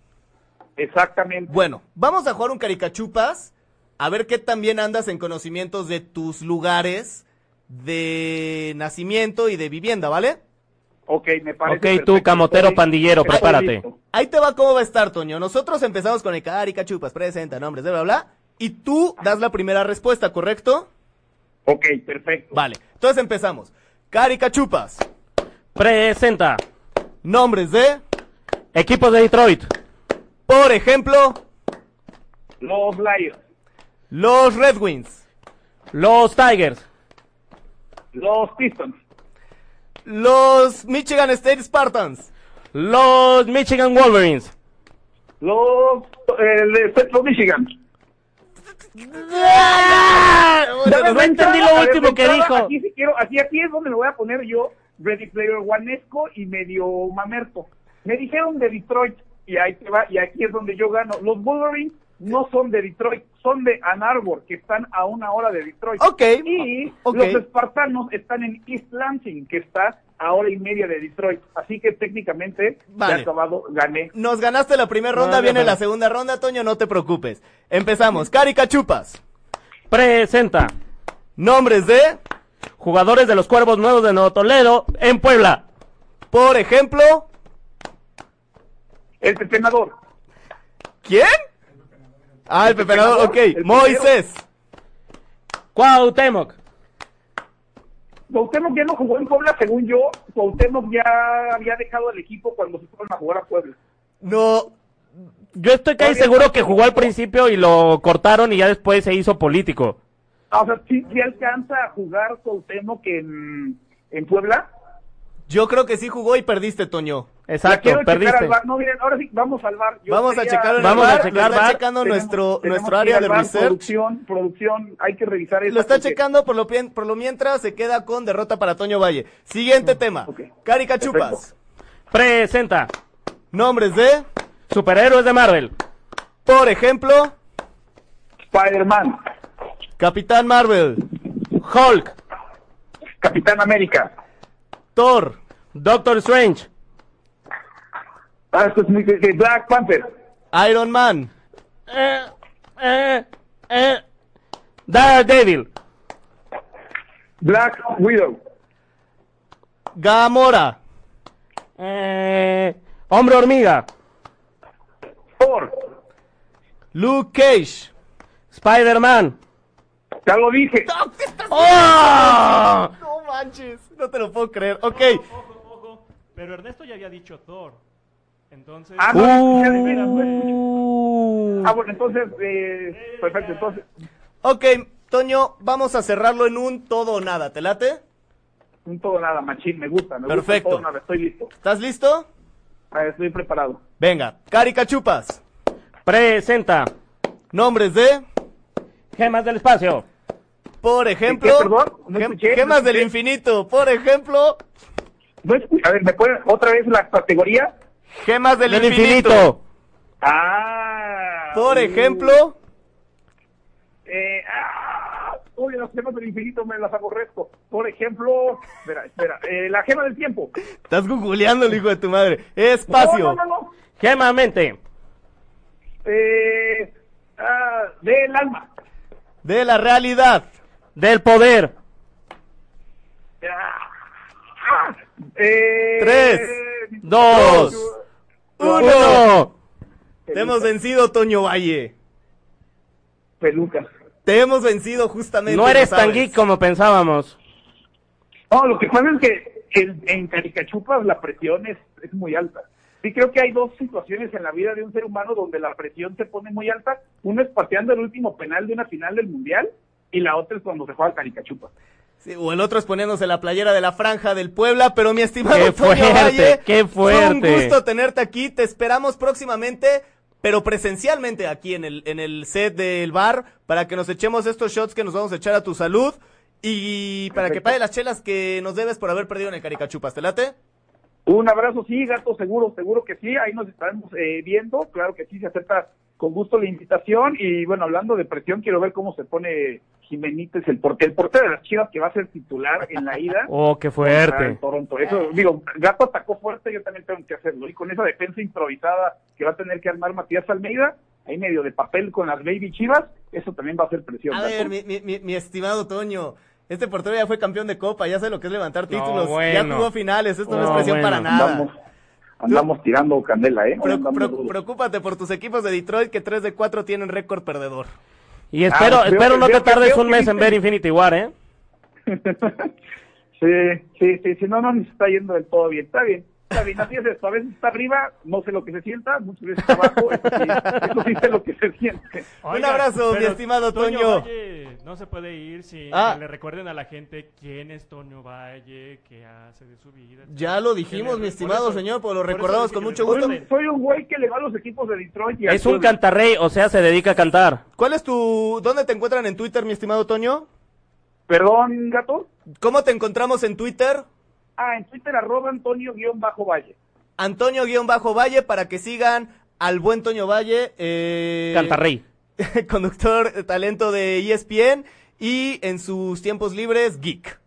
Speaker 8: Exactamente.
Speaker 2: Bueno, vamos a jugar un caricachupas, a ver qué también andas en conocimientos de tus lugares de nacimiento y de vivienda, ¿vale?
Speaker 8: Ok, me parece.
Speaker 3: Ok, perfecto. tú, camotero Estoy pandillero, prepárate.
Speaker 2: Listo. Ahí te va cómo va a estar, Toño. Nosotros empezamos con el caricachupas, presenta nombres, bla, bla, bla. Y tú das la primera respuesta, ¿correcto?
Speaker 8: Ok, perfecto.
Speaker 2: Vale, entonces empezamos. Caricachupas.
Speaker 3: Presenta.
Speaker 2: Nombres de.
Speaker 3: Equipos de Detroit.
Speaker 2: Por ejemplo.
Speaker 8: Los Lions.
Speaker 2: Los Red Wings.
Speaker 3: Los Tigers.
Speaker 8: Los Pistons.
Speaker 2: Los Michigan State Spartans.
Speaker 3: Los Michigan Wolverines.
Speaker 8: Los. Eh, los Michigan.
Speaker 3: ¡Ah! No entendí lo último que dijo.
Speaker 8: Aquí, si quiero, aquí, aquí es donde me voy a poner yo Ready Player Oneesco y medio mamerto. Me dijeron de Detroit y ahí te va, y aquí es donde yo gano. Los Wolverines no son de Detroit, son de Ann Arbor, que están a una hora de Detroit.
Speaker 2: Okay.
Speaker 8: Y
Speaker 2: okay.
Speaker 8: los espartanos están en East Lansing, que está a hora y media de Detroit. Así que técnicamente,
Speaker 2: Vale.
Speaker 8: ya acabado, gané.
Speaker 2: Nos ganaste la primera ronda,
Speaker 3: No, no,
Speaker 2: viene
Speaker 3: no.
Speaker 2: la segunda ronda, Toño, no te preocupes. Empezamos. Caricachupas.
Speaker 3: Presenta.
Speaker 2: Nombres de,
Speaker 3: Jugadores de los Cuervos Nuevos de Nuevo Toledo en Puebla.
Speaker 2: por ejemplo,
Speaker 8: El entrenador.
Speaker 2: ¿quién? Ah, el pepenador, ok.
Speaker 8: pepenador, el
Speaker 2: Moisés.
Speaker 3: Cuauhtémoc.
Speaker 8: Cuauhtémoc ya no jugó en Puebla, según yo. Cuauhtémoc ya había dejado el equipo cuando se fueron a jugar a Puebla.
Speaker 2: No,
Speaker 3: Yo estoy casi seguro que jugó al principio y lo cortaron y ya después se hizo político.
Speaker 8: Ah, O sea, ¿sí, sí alcanza a jugar Cuauhtémoc en, en Puebla.
Speaker 2: yo creo que sí jugó y perdiste, Toño.
Speaker 8: La
Speaker 3: Exacto,
Speaker 8: quiero checar
Speaker 3: perdiste.
Speaker 8: al VAR. No, miren, ahora sí, vamos al bar.
Speaker 2: Vamos a checar en el
Speaker 3: Vamos a
Speaker 2: VAR,
Speaker 3: checar
Speaker 2: lo está
Speaker 3: VAR.
Speaker 2: checando nuestro, nuestro área de research.
Speaker 8: Producción, producción, hay que revisar eso.
Speaker 2: Lo está checando, por lo, pien- por lo mientras se queda con derrota para Toño Valle. Siguiente tema.
Speaker 8: Mm, ok.
Speaker 2: Caricachupas.
Speaker 3: Presenta.
Speaker 2: Nombres de,
Speaker 3: Superhéroes de Marvel.
Speaker 2: por ejemplo,
Speaker 8: Spider-Man,
Speaker 2: Capitán Marvel,
Speaker 3: Hulk.
Speaker 8: Capitán América.
Speaker 2: Thor,
Speaker 3: Doctor Strange.
Speaker 8: Ah, esto es muy- de Black Panther.
Speaker 2: Iron Man,
Speaker 3: Eh, eh, eh, Daredevil.
Speaker 8: Black Widow.
Speaker 2: Gamora,
Speaker 3: Eh, Hombre hormiga.
Speaker 8: Thor.
Speaker 2: Luke Cage.
Speaker 3: Spider-Man.
Speaker 8: Ya lo dije.
Speaker 3: ¡Oh!
Speaker 2: No manches, ¡Ah! no te lo puedo creer. Ok,
Speaker 4: Ojo, ojo. Pero Ernesto ya había dicho Thor. Entonces.
Speaker 8: Ah, no, ya de veras, pues.
Speaker 3: Uh.
Speaker 8: Ah, bueno, entonces, eh, perfecto, entonces,
Speaker 2: ok, Toño, vamos a cerrarlo en un todo o nada. ¿Te late?
Speaker 8: un todo nada, machín, me gusta, me
Speaker 2: Perfecto.
Speaker 8: gusta todo nada, estoy listo,
Speaker 2: ¿Estás listo?
Speaker 8: Ah, estoy preparado.
Speaker 2: Venga, caricachupas.
Speaker 3: Presenta.
Speaker 2: Nombres de,
Speaker 3: Gemas del espacio.
Speaker 2: por ejemplo,
Speaker 8: ¿Qué, perdón? No
Speaker 2: gem-
Speaker 8: escuché, no
Speaker 2: gemas del
Speaker 8: escuché.
Speaker 2: infinito. Por ejemplo,
Speaker 8: No escu- Pues, a ver, ¿me pueden otra vez la categoría?
Speaker 2: gemas del,
Speaker 3: Del
Speaker 2: infinito.
Speaker 3: infinito.
Speaker 8: Ah.
Speaker 2: Por
Speaker 8: uh,
Speaker 2: ejemplo,
Speaker 8: Eh, ah, uy, los temas del infinito me las aborrezco. Por ejemplo, espera, espera, eh, la gema del tiempo.
Speaker 2: estás googleando, hijo de tu madre.
Speaker 8: No,
Speaker 2: Espacio.
Speaker 8: no, no, no.
Speaker 3: Gema mente.
Speaker 8: Eh, ah, del alma.
Speaker 2: De la realidad.
Speaker 3: Del poder.
Speaker 8: Ah, ah, eh,
Speaker 2: Tres,
Speaker 3: Dos.
Speaker 2: Uno.
Speaker 3: Uno.
Speaker 2: Te hemos vencido, Toño Valle.
Speaker 8: Pelucas.
Speaker 2: Te hemos vencido justamente.
Speaker 3: No eres
Speaker 2: lo sabes.
Speaker 3: tan geek como pensábamos.
Speaker 8: No, lo que pasa es que en, en Caricachupas la presión es, es muy alta. Sí creo que hay dos situaciones en la vida de un ser humano donde la presión se pone muy alta. Uno es pateando el último penal de una final del Mundial y la otra es cuando se juega al Caricachupas.
Speaker 2: Sí, o el otro es poniéndose la playera de la franja del Puebla, pero mi estimado
Speaker 3: ¡Qué
Speaker 2: Toño
Speaker 3: fuerte!
Speaker 2: Valle,
Speaker 3: ¡Qué fuerte!
Speaker 2: fue un gusto tenerte aquí, te esperamos próximamente, pero presencialmente aquí en el, en el set del bar, para que nos echemos estos shots que nos vamos a echar a tu salud y para que
Speaker 8: Perfecto.
Speaker 2: pague las chelas que nos debes por haber perdido en el Caricachupas, ¿te late?
Speaker 8: Un abrazo, sí, gato, seguro, seguro que sí. Ahí nos estaremos eh, viendo. Claro que sí, se acepta con gusto la invitación. Y bueno, hablando de presión, quiero ver cómo se pone Jimenites, el portero, el portero de las Chivas que va a ser titular en la ida.
Speaker 3: Oh, qué
Speaker 8: contra el
Speaker 3: fuerte.
Speaker 8: Ah, Toronto. Eso, digo, Gato atacó fuerte, yo también tengo que hacerlo. Y con esa defensa improvisada que va a tener que armar Matías Almeida, ahí medio de papel con las Baby Chivas, eso también va a ser presión.
Speaker 2: A
Speaker 8: Gato.
Speaker 2: ver, mi, mi- mi- mi estimado Toño, este portero ya fue campeón de Copa, ya sabe lo que es levantar títulos, ya
Speaker 3: bueno.
Speaker 2: jugó finales, esto no, es
Speaker 3: No,
Speaker 2: presión para
Speaker 3: bueno.
Speaker 2: nada.
Speaker 8: Andamos,
Speaker 2: Ah.
Speaker 8: andamos tirando candela, ¿eh?
Speaker 2: Preocu-
Speaker 8: Andamos
Speaker 2: preocu-
Speaker 8: duros.
Speaker 2: preocúpate por tus equipos de Detroit que 3 de 4 tienen récord perdedor.
Speaker 3: Y espero,
Speaker 8: Ah, veo
Speaker 3: espero
Speaker 8: que-
Speaker 3: no te
Speaker 8: veo que-
Speaker 3: tardes
Speaker 8: veo
Speaker 3: un
Speaker 8: que
Speaker 3: mes en
Speaker 8: viste-
Speaker 3: ver Infinity War, ¿eh?
Speaker 8: Sí, sí, sí, sí, no, no nos está yendo del todo bien, está bien, está bien, así es esto, a veces está arriba, no sé lo que se sienta, muchas veces está abajo, eso sí, eso sí sé lo que se siente.
Speaker 2: Un abrazo, mi
Speaker 4: pero
Speaker 2: estimado Toño.
Speaker 4: Valle no se puede ir sin
Speaker 2: Ah.
Speaker 4: que le recuerden a la gente quién es Toño Valle, qué hace de su vida.
Speaker 2: Ya lo dijimos,
Speaker 4: dijimos,
Speaker 2: mi
Speaker 4: mi
Speaker 2: estimado
Speaker 4: estimado
Speaker 2: señor, pues lo
Speaker 4: por eso
Speaker 2: recordamos
Speaker 4: dije
Speaker 2: con
Speaker 4: que
Speaker 2: mucho
Speaker 4: me
Speaker 2: gusto.
Speaker 8: Soy, soy un güey que le va a los equipos de Detroit. y al
Speaker 3: Es un
Speaker 8: Puebla.
Speaker 3: cantarrey, o sea, se dedica a cantar.
Speaker 2: ¿Cuál es tu... ¿Dónde te encuentran en Twitter, mi estimado Toño?
Speaker 8: Perdón, gato.
Speaker 2: ¿Cómo te encontramos en Twitter?
Speaker 8: Ah, en Twitter arroba Antonio-Valle.
Speaker 2: Antonio-Valle para que sigan al buen Toño Valle. Eh,
Speaker 3: Cantarrey.
Speaker 2: conductor eh, talento de ESPN y en sus tiempos libres, geek.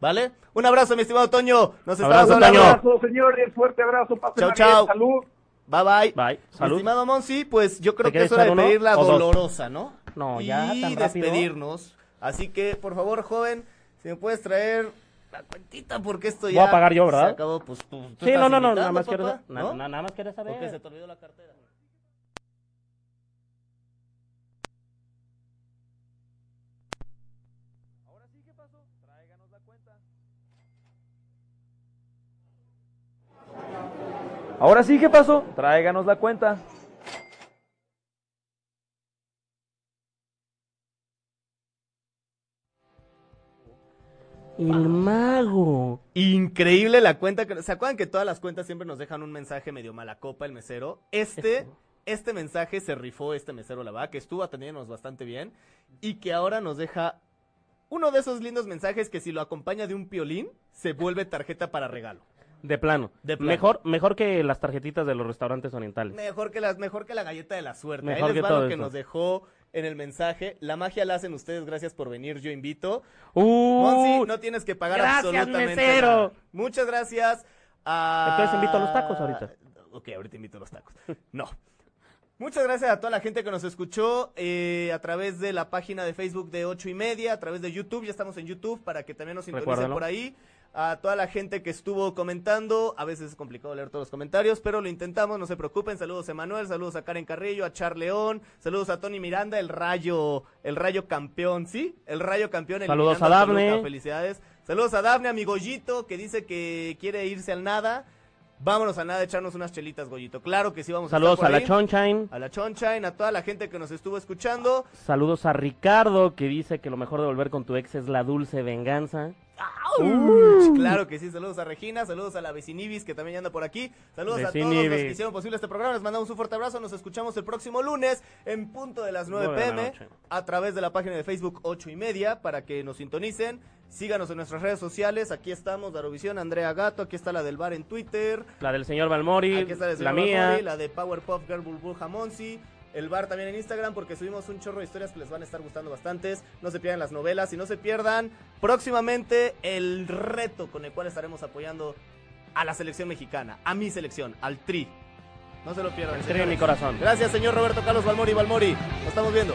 Speaker 2: ¿Vale? Un abrazo, mi estimado Toño. Nos estamos
Speaker 3: Abrazo,
Speaker 8: Un
Speaker 3: Toño.
Speaker 2: hablando.
Speaker 8: abrazo, señores, fuerte abrazo,
Speaker 2: Chao,
Speaker 8: pásenla
Speaker 2: chao.
Speaker 8: bien, salud.
Speaker 2: Bye, bye.
Speaker 3: Bye.
Speaker 2: Mi
Speaker 3: Salud.
Speaker 2: Estimado Monsi, pues yo creo
Speaker 3: ¿Te
Speaker 2: que es
Speaker 3: quieres
Speaker 2: hora de
Speaker 3: echar uno
Speaker 2: pedir la
Speaker 3: o dos?
Speaker 2: dolorosa, ¿no?
Speaker 3: No, ya,
Speaker 2: Y
Speaker 3: tan rápido.
Speaker 2: despedirnos. Así que, por favor, joven, si me puedes traer la cuentita porque esto
Speaker 3: Voy
Speaker 2: ya
Speaker 3: a pagar yo, ¿verdad?
Speaker 2: se acabó. Pues, tú, tú
Speaker 3: Sí,
Speaker 2: estás
Speaker 3: no, no, no,
Speaker 2: invitando,
Speaker 3: nada más
Speaker 2: papá,
Speaker 3: quiero, sa-
Speaker 2: ¿no?
Speaker 3: na- na- nada más quiero saber.
Speaker 2: Porque se te olvidó la cartera.
Speaker 6: Ahora sí, ¿qué pasó? Tráiganos la cuenta.
Speaker 3: El mago.
Speaker 2: Increíble la cuenta. que- ¿Se acuerdan que todas las cuentas siempre nos dejan un mensaje medio mala copa el mesero? Este, este mensaje se rifó este mesero, la verdad, que estuvo atendiéndonos bastante bien y que ahora nos deja uno de esos lindos mensajes que si lo acompaña de un piolín, se vuelve tarjeta para regalo.
Speaker 3: De plano.
Speaker 2: De plano.
Speaker 3: Mejor, mejor que las tarjetitas de los restaurantes orientales.
Speaker 2: Mejor que, las, mejor que la galleta de la suerte.
Speaker 3: Mejor
Speaker 2: Ahí
Speaker 3: que
Speaker 2: les va lo
Speaker 3: todo
Speaker 2: que
Speaker 3: eso.
Speaker 2: nos dejó en el mensaje. La magia la hacen ustedes, gracias por venir, yo invito.
Speaker 3: Uh,
Speaker 2: Monsi, no tienes que pagar
Speaker 3: gracias,
Speaker 2: absolutamente
Speaker 3: mesero.
Speaker 2: nada. Muchas gracias. a-
Speaker 3: Entonces invito a los tacos ahorita.
Speaker 2: Ok, ahorita invito a los tacos. No. Muchas gracias a toda la gente que nos escuchó eh, a través de la página de Facebook de ocho y media, a través de YouTube, ya estamos en YouTube para que también nos sintonicen
Speaker 3: Recuérdalo.
Speaker 2: por ahí. A toda la gente que estuvo comentando, a veces es complicado leer todos los comentarios, pero lo intentamos, no se preocupen. Saludos a Emanuel, saludos a Karen Carrillo, a Char León, saludos a Tony Miranda, el rayo, el rayo campeón, ¿sí? El rayo campeón.
Speaker 3: Saludos
Speaker 2: eliminando
Speaker 3: a
Speaker 2: Toluca,
Speaker 3: Dafne.
Speaker 2: Felicidades. Saludos a Dafne, a mi Goyito, que dice que quiere irse al nada. Vámonos al nada a echarnos unas chelitas, Goyito. Claro que sí, vamos
Speaker 3: Saludos
Speaker 2: a estar
Speaker 3: a
Speaker 2: por
Speaker 3: la
Speaker 2: ahí.
Speaker 3: Chonchain.
Speaker 2: A la Chonchain, a toda la gente que nos estuvo escuchando.
Speaker 3: Saludos a Ricardo, que dice que lo mejor de volver con tu ex es la dulce venganza.
Speaker 2: Claro que sí, saludos a Regina, saludos a la vecinibis que también anda por aquí. Saludos a todos los que
Speaker 3: Vecinibis.
Speaker 2: hicieron posible este programa. Les mandamos un fuerte abrazo. Nos escuchamos el próximo lunes en punto de las 9
Speaker 3: Nueve de la
Speaker 2: pm
Speaker 3: noche.
Speaker 2: a través de la página de Facebook 8 y media para que nos sintonicen. Síganos en nuestras redes sociales. Aquí estamos, Darovisión, Andrea Gato. Aquí está la del bar en Twitter.
Speaker 3: La del señor Balmori,
Speaker 2: Aquí está el
Speaker 3: la
Speaker 2: señor
Speaker 3: mía.
Speaker 2: Barbori, la de Powerpuff Girl Bulbul Jamonsi. El bar también en Instagram porque subimos un chorro de historias que les van a estar gustando bastantes. No se pierdan las novelas y no se pierdan próximamente el reto con el cual estaremos apoyando a la selección mexicana, a mi selección, al Tri. No se lo pierdan.
Speaker 3: Trío en mi
Speaker 2: señores.
Speaker 3: corazón.
Speaker 2: Gracias, señor Roberto Carlos Balmori Balmori. Nos estamos viendo.